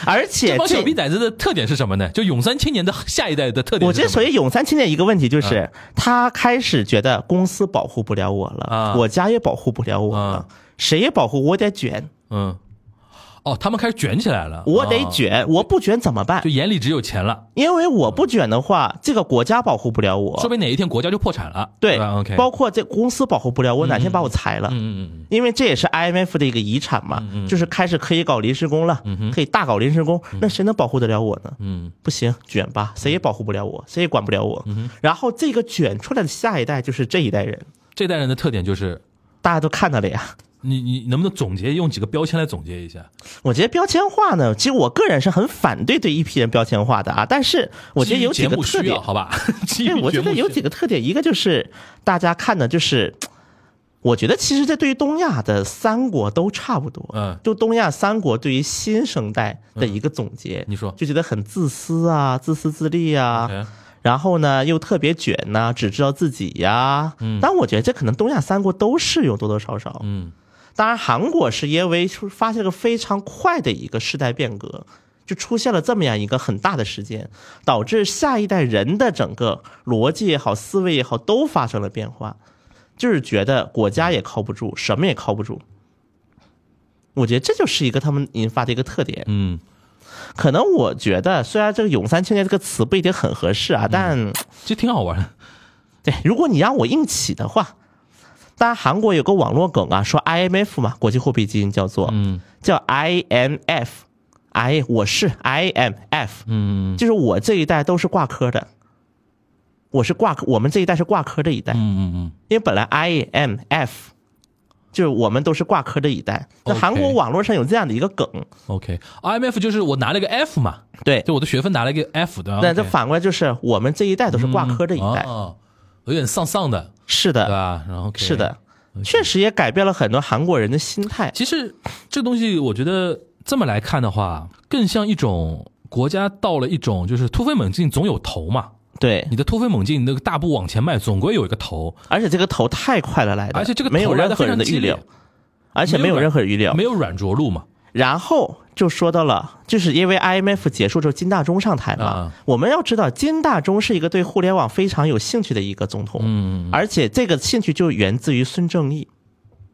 F: 而
E: 这
F: 且
E: 帮小
F: 哎这
E: 逼崽子的特点是什么呢？就永三青年的下一代的特点
F: 我
E: 是
F: 觉
E: 什么。
F: 得，所以永三青年一个问题就是，他开始觉得公司保护不了我
E: 啊
F: 了，我家也保护不了我了，谁也保护我得卷，
E: 嗯，哦，他们开始卷起来了，
F: 我得
E: 啊，
F: 卷，我不卷怎么办
E: 就？眼里只有钱了，
F: 因为我不卷的话，这个国家保护不了
E: 说
F: 我，
E: 不定哪一天国家就破产了。
F: 对
E: 吧，OK，
F: 包括这公司保护不了我，哪天把我裁了
E: 嗯。嗯嗯
F: 因为这也是 IMF 的一个遗产嘛，就是开始可以搞临时工了，可以大搞临时工，那谁能保护得了我呢？
E: 嗯
F: 不行，卷吧，谁也保护不了我，谁也管不了我。然后这个卷出来的下一代就是这一代人，
E: 嗯，这代人的特点就是，
F: 大家都看到了呀。
E: 你你能不能总结用几个标签来总结一下？
F: 我觉得标签化呢，其实我个人是很反对对一批人标签化的啊，但是我觉得有
E: 基于节
F: 几个
E: 目
F: 特
E: 需
F: 点哎
E: 要，，好吧？基于
F: 对，我觉
E: 节
F: 得
E: 目
F: 有
E: 需
F: 几个特点，一个就是大家看的就是。我觉得其实这对于东亚的三国都差不多，
E: 嗯
F: 就东亚三国对于新生代的一个总结，
E: 嗯你说
F: 就觉得很自私啊，自私自利啊，
E: OK
F: 然后呢又特别卷呐、只知道自己呀、嗯，但我觉得这可能东亚三国都是有多多少少，
E: 嗯，
F: 当然，韩国是因为出发现了个非常快的一个世代变革，就出现了这么样一个很大的事件，导致下一代人的整个逻辑也好、思维也好都发生了变化，就是觉得国家也靠不住，什么也靠不住。我觉得这就是一个他们引发的一个特点。
E: 嗯，
F: 可能我觉得，虽然这个“永三青年”这个词不一定很合适啊，但
E: 这挺好玩的。
F: 对，如果你让我硬起的话，当然韩国有个网络梗啊，说 IMF 嘛，国际货币基金叫做，嗯，叫 IMF，I 哎我是 IMF，嗯，就是我这一代都是挂科的，我是挂科，我们这一代是挂科的一代，
E: 嗯嗯嗯，
F: 因为本来 IMF 就是我们都是挂科的一代。那韩
E: OK
F: 国网络上有这样的一个梗，
E: OK，IMF 就是我拿了个 F 嘛，
F: 对，
E: 就我的学分拿了一个 F 的，
F: 那这反过来就是我们这一代都是挂科的一代，
E: 哦，有点丧丧的，
F: 是的，
E: 对吧？然后 OK
F: 是的。确实也改变了很多韩国人的心态，
E: 其实这东西，我觉得这么来看的话，更像一种国家到了一种就是突飞猛进，总有头嘛。
F: 对，
E: 你的突飞猛进，你那个大步往前迈，总归有一个头，
F: 而且这个头太快了来的，
E: 而且这个头
F: 没有
E: 来得
F: 任何
E: 非常
F: 人的
E: 激
F: 预料
E: 烈，
F: 而且
E: 没
F: 没
E: 有
F: 有
E: 人
F: 任何人预料
E: 没。有软着陆嘛。
F: 然后就说到了，就是因为 IMF 结束之后，金大中上台嘛
E: 啊。
F: 我们要知道，金大中是一个对互联
E: 嗯
F: 网非常有兴趣的一个总统，而且这个兴趣就源自于孙正义。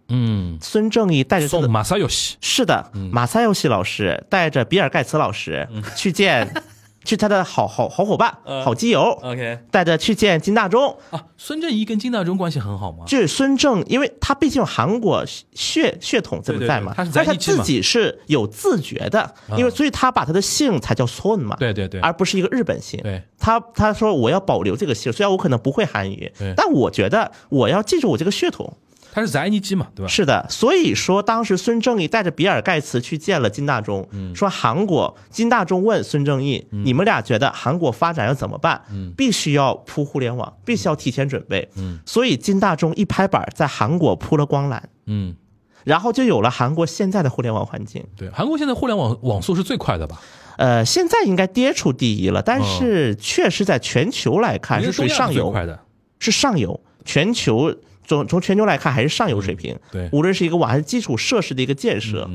E: 嗯，
F: 孙正义带着他的
E: 送马萨嗯游戏，
F: 是的，马赛尤西老师带着比尔盖茨老师
E: 嗯
F: 去见， 去他的好好好伙伴、好基友，
E: OK
F: 带着去见金大中。
E: 啊，孙正义跟金大中关系很好吗？
F: 就是孙正，因为他毕竟韩国血血统这么在嘛，
E: 对对对他是
F: 但
E: 在
F: 他
E: 一起嘛啊
F: 自己是有自觉的，因为所以他把他的姓才叫孙嘛，
E: 对对对
F: 而不是一个日本姓。
E: 对，
F: 他他说我要保留这个姓，虽然我可能不会韩语
E: 对，
F: 但我觉得我要记住我这个血统。
E: 他是宅尼基嘛，对吧？
F: 是的，所以说当时孙正义带着比尔盖茨去见了金大中，
E: 嗯
F: 说韩国金大中问孙正义，你们俩觉得韩国发展要怎么办？
E: 嗯
F: 必须要铺互联网，必须要提前准备。所以金大中一拍板，在韩国铺了光缆，
E: 嗯，
F: 然后就有了韩国现在的互联网环境。
E: 对，韩国现在互联网网速是最快的吧？
F: 呃，现在应该跌出第一了，但
E: 哦
F: 是确实在全球来看是
E: 应该
F: 属于
E: 东亚
F: 上
E: 最
F: 游。
E: 快的，
F: 是上游，全球从从全球来看还是上游水平。
E: 嗯对嗯
F: 无论是一个网还是基础设施的一个建设，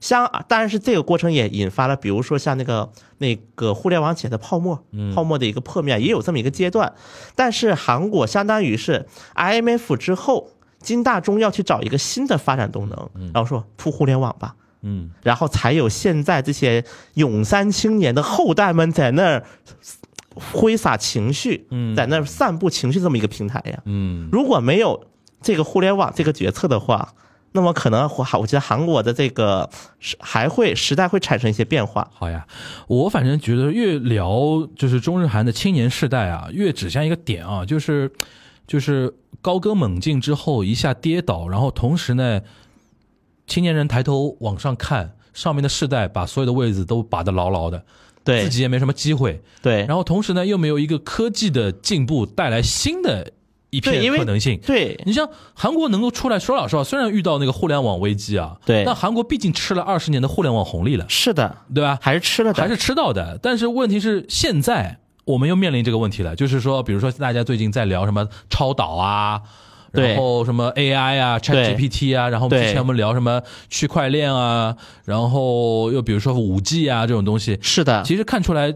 F: 像当然是这个过程也引发了，比如说像那个那个互联网企业的泡沫，泡沫的一个破灭也有这么一个阶段。但是韩国相当于是 IMF 之后，金大中要去找一个新的发展动能，然后说铺互联网吧。
E: 嗯，
F: 然后才有现在这些永三青年的后代们在那儿挥洒情绪，嗯，在那儿散布情绪这么一个平台呀。
E: 嗯，
F: 如果没有这个互联网这个决策的话，那么可能我我觉得韩国的这个是还会时代会产生一些变化。
E: 好呀，我反正觉得越聊就是中日韩的青年世代啊，越指向一个点啊，就是就是高歌猛进之后一下跌倒，然后同时呢，青年人抬头往上看，上面的世代把所有的位置都把得牢牢的，
F: 对
E: 自己也没什么机会。
F: 对，
E: 然后同时呢，又没有一个科技的进步带来新的一
F: 对，
E: 片
F: 因为
E: 可能性。
F: 对
E: 你像韩国能够出来，说老实话，虽然遇到那个互联网危机啊，
F: 对
E: 但韩国毕竟吃了二十年的互联网红利了，
F: 是的，
E: 对吧？
F: 还是吃了的，
E: 还是吃到的。但是问题是，现在我们又面临这个问题了，就是说，比如说大家最近在聊什么超导啊。
F: 对
E: 然后什么 AI 啊，ChatGPT 啊，然后之前我们聊什么区块链啊，然后又比如说五 G 啊这种东西，
F: 是的，
E: 其实看出来，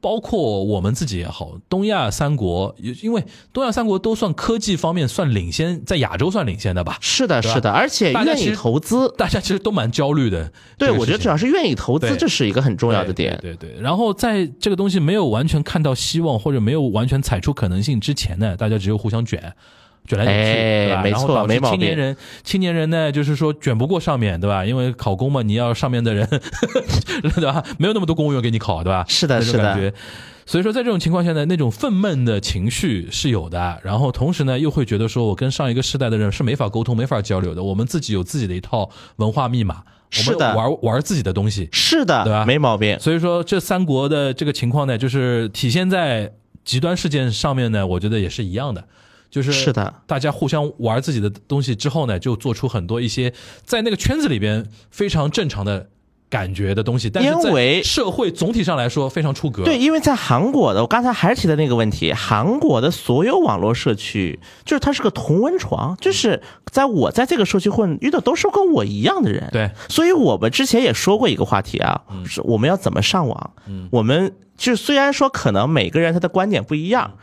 E: 包括我们自己也好，东亚三国，因为东亚三国都算科技方面算领先，在亚洲算领先的吧，
F: 是的，
E: 对吧
F: 是的，而且
E: 大家
F: 愿
E: 其
F: 意
E: 实
F: 投资，
E: 大家其实都蛮焦虑的。
F: 对
E: 这个
F: 我觉得
E: 事情
F: 主要是愿意投资
E: 对，
F: 这是一个很重要的
E: 对
F: 点。
E: 对对对然后在这个东西没有完全看到希望或者没有完全踩出可能性之前呢，大家只有互相卷。卷来卷去，
F: 哎
E: 对吧？
F: 没
E: 然后
F: 错
E: 导致
F: 没毛
E: 青年
F: 病
E: 人，青年人呢，就是说卷不过上面，对吧？因为考公嘛，你要上面的人， 对吧？没有那么多公务员给你考，对吧？
F: 是的
E: 那种
F: 是的
E: 感觉。所以说，在这种情况下呢，那种愤懑的情绪是有的，然后同时呢，又会觉得说我跟上一个世代的人是没法沟通、没法交流的，我们自己有自己的一套文化密码，我
F: 是
E: 们
F: 的
E: 玩玩自己的东西，
F: 是
E: 对吧
F: 的，没毛病。
E: 所以说，这三国的这个情况呢，就是体现在极端事件上面呢，我觉得也是一样的，就是
F: 是的，
E: 大家互相玩自己的东西之后呢，就做出很多一些在那个圈子里边非常正常的感觉的东西，但是
F: 因为
E: 在社会总体上来说非常出格。
F: 对，因为在韩国的，我刚才还是提的那个问题，韩国的所有网络社区，就是它是个同温床，就是在我在这个社区混遇到都是跟我一样的人。
E: 对，
F: 所以我们之前也说过一个话题啊，是我们要怎么上网？我们就是虽然说可能每个人他的观点不
E: 嗯
F: 一样。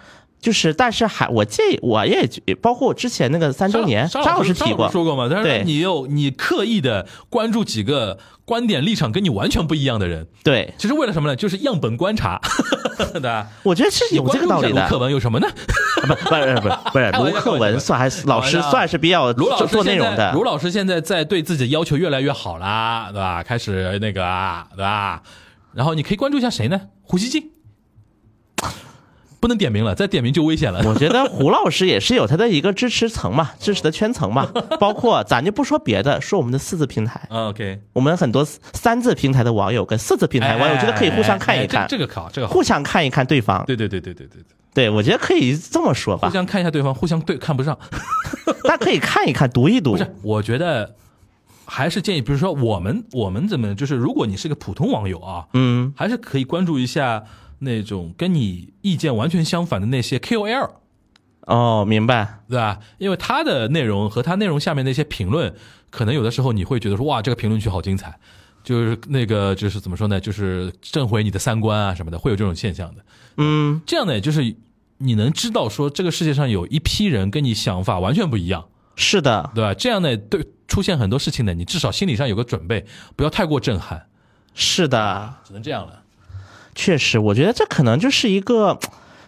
F: 就是，但是还我建议，我也包括我之前那个三
E: 沙
F: 周年，
E: 沙
F: 张啊老师提过，
E: 说过嘛，但是
F: 对
E: 你有你刻意的关注几个观点立场跟你完全不一样的人，
F: 对，
E: 其实为了什么呢？就是样本观察， 对吧？
F: 我觉得是有这个道理
E: 你关注一下
F: 的
E: 卢。克文有什么呢？
F: 不不是不是 不是，
E: 开玩笑
F: 卢克文算还是老师算是比较
E: 卢老
F: 做
E: 师
F: 做内
E: 现在
F: 容的
E: 卢，老师现在在对自己的要求越来越好啦，对吧？开始那个啊，对吧？然后你可以关注一下谁呢？胡锡进，不能点名了，再点名就危险 了。
F: 我觉得胡老师也是有他的一个支持层 嘛，支持的圈层嘛，包括咱就不说别的，说我们的四字平台，
E: 嗯 OK，
F: 我们很多三字平台的网友跟四字平台哎网友，我觉得可以互相看一
E: 哎哎哎哎
F: 看
E: 这，个这个好，这个好。
F: 互相看一看对方。
E: 对对对对对对对，
F: 对，我觉得可以这么说
E: 互
F: 吧，
E: 相看一下对方，互相对看不上。
F: 但可以看一看，读一读
E: 不。是，我觉得还是建议，比如说我们我们怎么就是，如果你是个普通网友啊，
F: 嗯，
E: 还是可以关注一下那种跟你意见完全相反的那些 KOL。
F: 哦，明白。
E: 对吧？因为他的内容和他内容下面的一些评论，可能有的时候你会觉得说，哇，这个评论区好精彩，就是那个就是怎么说呢，就是正毁你的三观啊什么的，会有这种现象的。
F: 嗯，
E: 这样呢，就是你能知道说，这个世界上有一批人跟你想法完全不一样，
F: 是的，
E: 对吧？这样呢，对出现很多事情呢，你至少心理上有个准备，不要太过震撼，
F: 是的，
E: 只能这样了。
F: 确实，我觉得这可能就是一个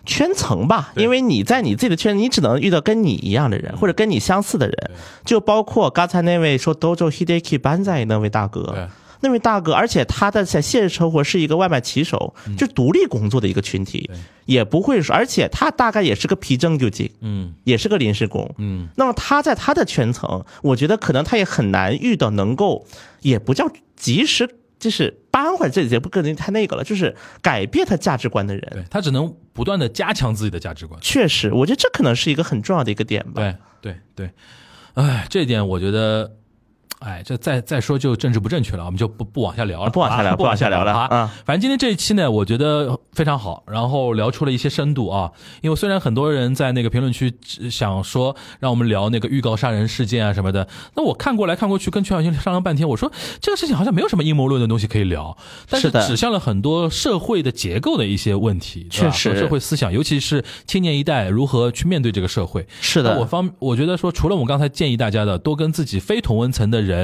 F: 圈层吧，
E: 对
F: 因为你在你自己的圈，你只能遇到跟你一样的人，或者跟你相似的人，就包括刚才那位说 Dojo Hideki Banzai 那位大
E: 对
F: 哥。那位大哥，而且他的在现实生活是一个外卖骑手，
E: 嗯
F: 就独立工作的一个群体，也不会说，而且他大概也是个皮正就精，
E: 嗯
F: 也是个临时工，
E: 嗯，
F: 那么他在他的圈层，我觉得可能他也很难遇到能够，也不叫及时，就是扳回这也不可能太那个了，就是改变他价值观的
E: 对
F: 人。
E: 他只能不断的加强自己的价值观。
F: 确实，我觉得这可能是一个很重要的一个点吧。
E: 对对对，哎，这一点我觉得，哎，这再再说就政治不正确了，我们就不不往下聊了，
F: 不往下聊
E: 啊不往下
F: 不往下聊了
E: 啊。
F: 啊
E: 反正今天这一期呢，我觉得非常好，然后聊出了一些深度啊。因为虽然很多人在那个评论区只想说让我们聊那个预告杀人事件啊什么的，那我看过来看过去，跟全小新商量半天，我说这个事情好像没有什么阴谋论的东西可以聊，但
F: 是的
E: 指向了很多社会的结构的一些问题，对吧
F: 确实
E: 和社会思想，尤其是青年一代如何去面对这个社会。
F: 是
E: 那我
F: 的，
E: 方我觉得说，除了我们刚才建议大家的多跟自己非同温层的人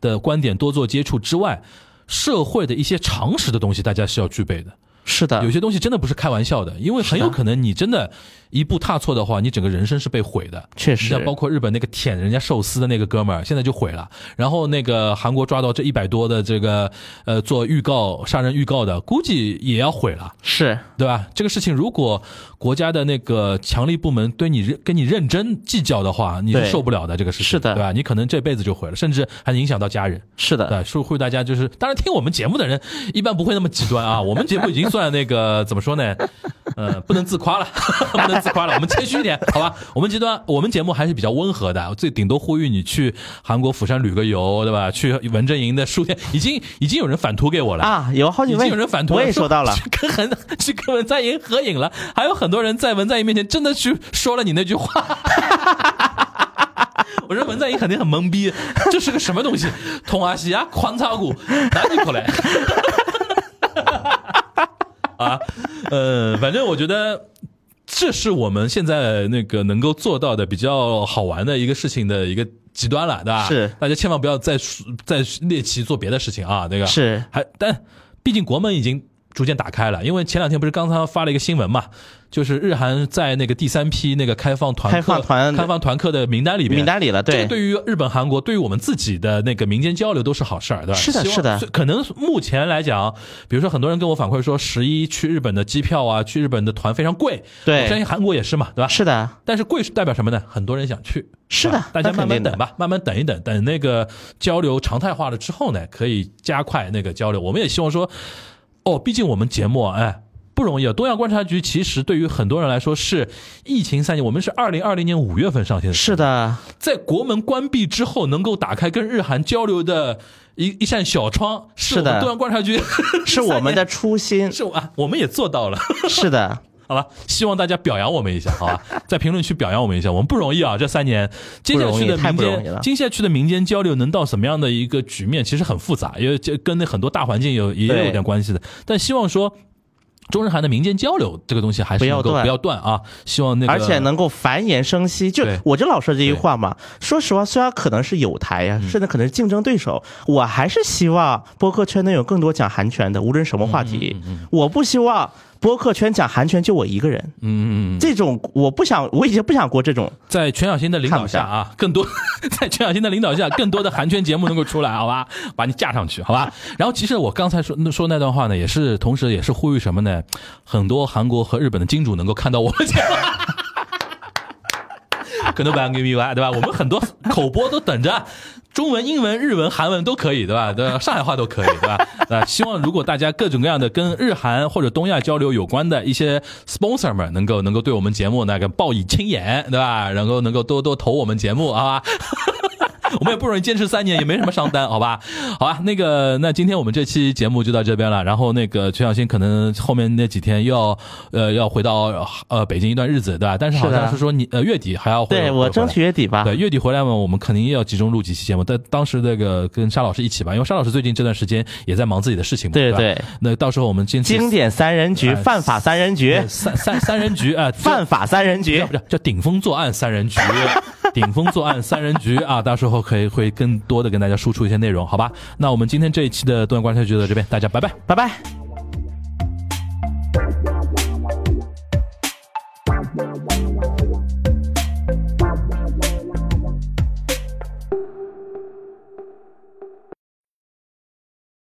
E: 的观点多做接触之外，社会的一些常识的东西，大家是要具备的。
F: 是的
E: 有，些东西真的不是开玩笑的，因为很有可能你真的一步踏错的话，你整个人生是被毁的。
F: 确
E: 你
F: 实
E: 像包括日本那个舔人家寿司的那个哥们儿，现在就毁了。然后那个韩国抓到这一百多的这个呃做预告杀人预告的，估计也要毁了。
F: 是
E: 对吧？这个事情如果国家的那个强力部门对你认跟你认真计较的话，你是
F: 对
E: 受不了的。这个事情
F: 是的
E: 对吧？你可能这辈子就毁了，甚至还能影响到家人。
F: 是的，
E: 对，是会大家就是，当然听我们节目的人一般不会那么极端啊。我们节目已经算那个怎么说呢？呃，不能自夸了， 不能自夸了，我们谦虚一点，好吧？我们极端，我们节目还是比较温和的，最顶多呼吁你去韩国釜山旅个游，对吧？去文政营的书店，已经已经有人反图给我了
F: 啊，有好几
E: 已经
F: 位
E: 有人反推
F: 我也 收到了，
E: 去跟很去跟文在寅合影了，还有很多人在文在寅面前真的去说了你那句话。 我说文在寅肯定很懵逼，这是个什么东西？通阿西啊，狂草股，哪里过来？ 啊，呃，反正我觉得。这是我们现在那个能够做到的比较好玩的一个事情的一个极端了，对吧？
F: 是
E: 大家千万不要再再猎奇做别的事情啊，那个
F: 是
E: 还但毕竟国门已经逐渐打开了，因为前两天不是刚刚发了一个新闻嘛，就是日韩在那个第三批那个开放团客
F: 开放团
E: 开放团客的名单里边，
F: 名单里了，
E: 这个
F: 对，
E: 对于日本、韩国，对于我们自己的那个民间交流都是好事儿，对吧？
F: 是的
E: 希望
F: 是的
E: 所以可能目前来讲，比如说很多人跟我反馈说，十一去日本的机票啊，去日本的团非常贵。
F: 对
E: 我相信韩国也是嘛，对吧？
F: 是的，
E: 但是贵是代表什么呢？很多人想去，
F: 是的
E: 吧啊大家
F: 那
E: 慢
F: 肯
E: 慢
F: 定的
E: 等吧，慢慢等一等，等那个交流常态化了之后呢，可以加快那个交流。我们也希望说，哦，毕竟我们节目啊哎不容易啊。东亚观察局其实对于很多人来说是疫情三年，我们是二零二零年五月份上线的，
F: 是的，
E: 在国门关闭之后能够打开跟日韩交流的一一扇小窗，是
F: 是的
E: 我们东亚观察局，，
F: 是我们的初 心
E: 是我啊，我们也做到了。
F: 是的，
E: 好吧，希望大家表扬我们一下， 好吧，在评论区表扬我们一下，我们不容易啊，这三年，接下去的
F: 不容易太
E: 民
F: 不容易
E: 间
F: 了，
E: 接下去的民间交流能到什么样的一个局面，其实很复杂，因为这跟那很多大环境有也有
F: 对
E: 点关系的，但希望说。中日韩的民间交流这个东西还是
F: 不要
E: 能够
F: 断
E: 不要断啊！希望那个
F: 而且能够繁衍生息。就
E: 对
F: 我就老说这句话嘛。说实话，虽然可能是友台呀、
E: 嗯
F: 甚至可能是竞争对手，我还是希望播客圈能有更多讲韩权的，无论什么话
E: 嗯
F: 题。我不希望播客圈讲韩权就我一个人。嗯嗯，这种我不想，我已经不想过这种。
E: 在全小新的领导下
F: 看不
E: 啊，更多 在全小新的领导 下，更多的韩圈节目能够出来，好吧，把你架上去，好吧。然后其实我刚才说说那段话呢，也是同时也是呼吁什么呢？很多韩国和日本的金主能够看到我们节目。可能版 v y 对吧？我们很多口播都等着，中文、英文、日文、韩文都可以，对吧？对吧，上海话都可以，对吧？ 啊，希望如果大家各种各样的跟日韩或者东亚交流有关的一些 sponsor 们，能够能够对我们节目那个报以青眼，对吧？然后能够多多投我们节目，好吧？ 我们也不容易坚持三年，也没什么上单，好吧？好啊吧，那个，那今天我们这期节目就到这边了。然后那个全小新可能后面那几天又要呃要回到呃北京一段日子，对吧？但是好
F: 是的
E: 像是说你呃月底还要回
F: 对
E: 回
F: 我
E: 回
F: 争
E: 来
F: 取啊月底吧。
E: 对，月底回来嘛，我们肯定要集中录几期节目。但当时那个跟沙老师一起吧，因为沙老师最近这段时间也在忙自己的事情嘛。
F: 对
E: 吧
F: 对。
E: 那到时候我们坚持
F: 经典三人局，
E: 哎
F: 犯法三人局，
E: 三三三人局啊，呃
F: 犯法三人局
E: 叫。叫顶风作案三人局，顶风作案三人局啊，到时候可以会更多的跟大家输出一些内容，好吧？那我们今天这一期的东亚观察局就到这边，大家拜拜。
F: 拜拜。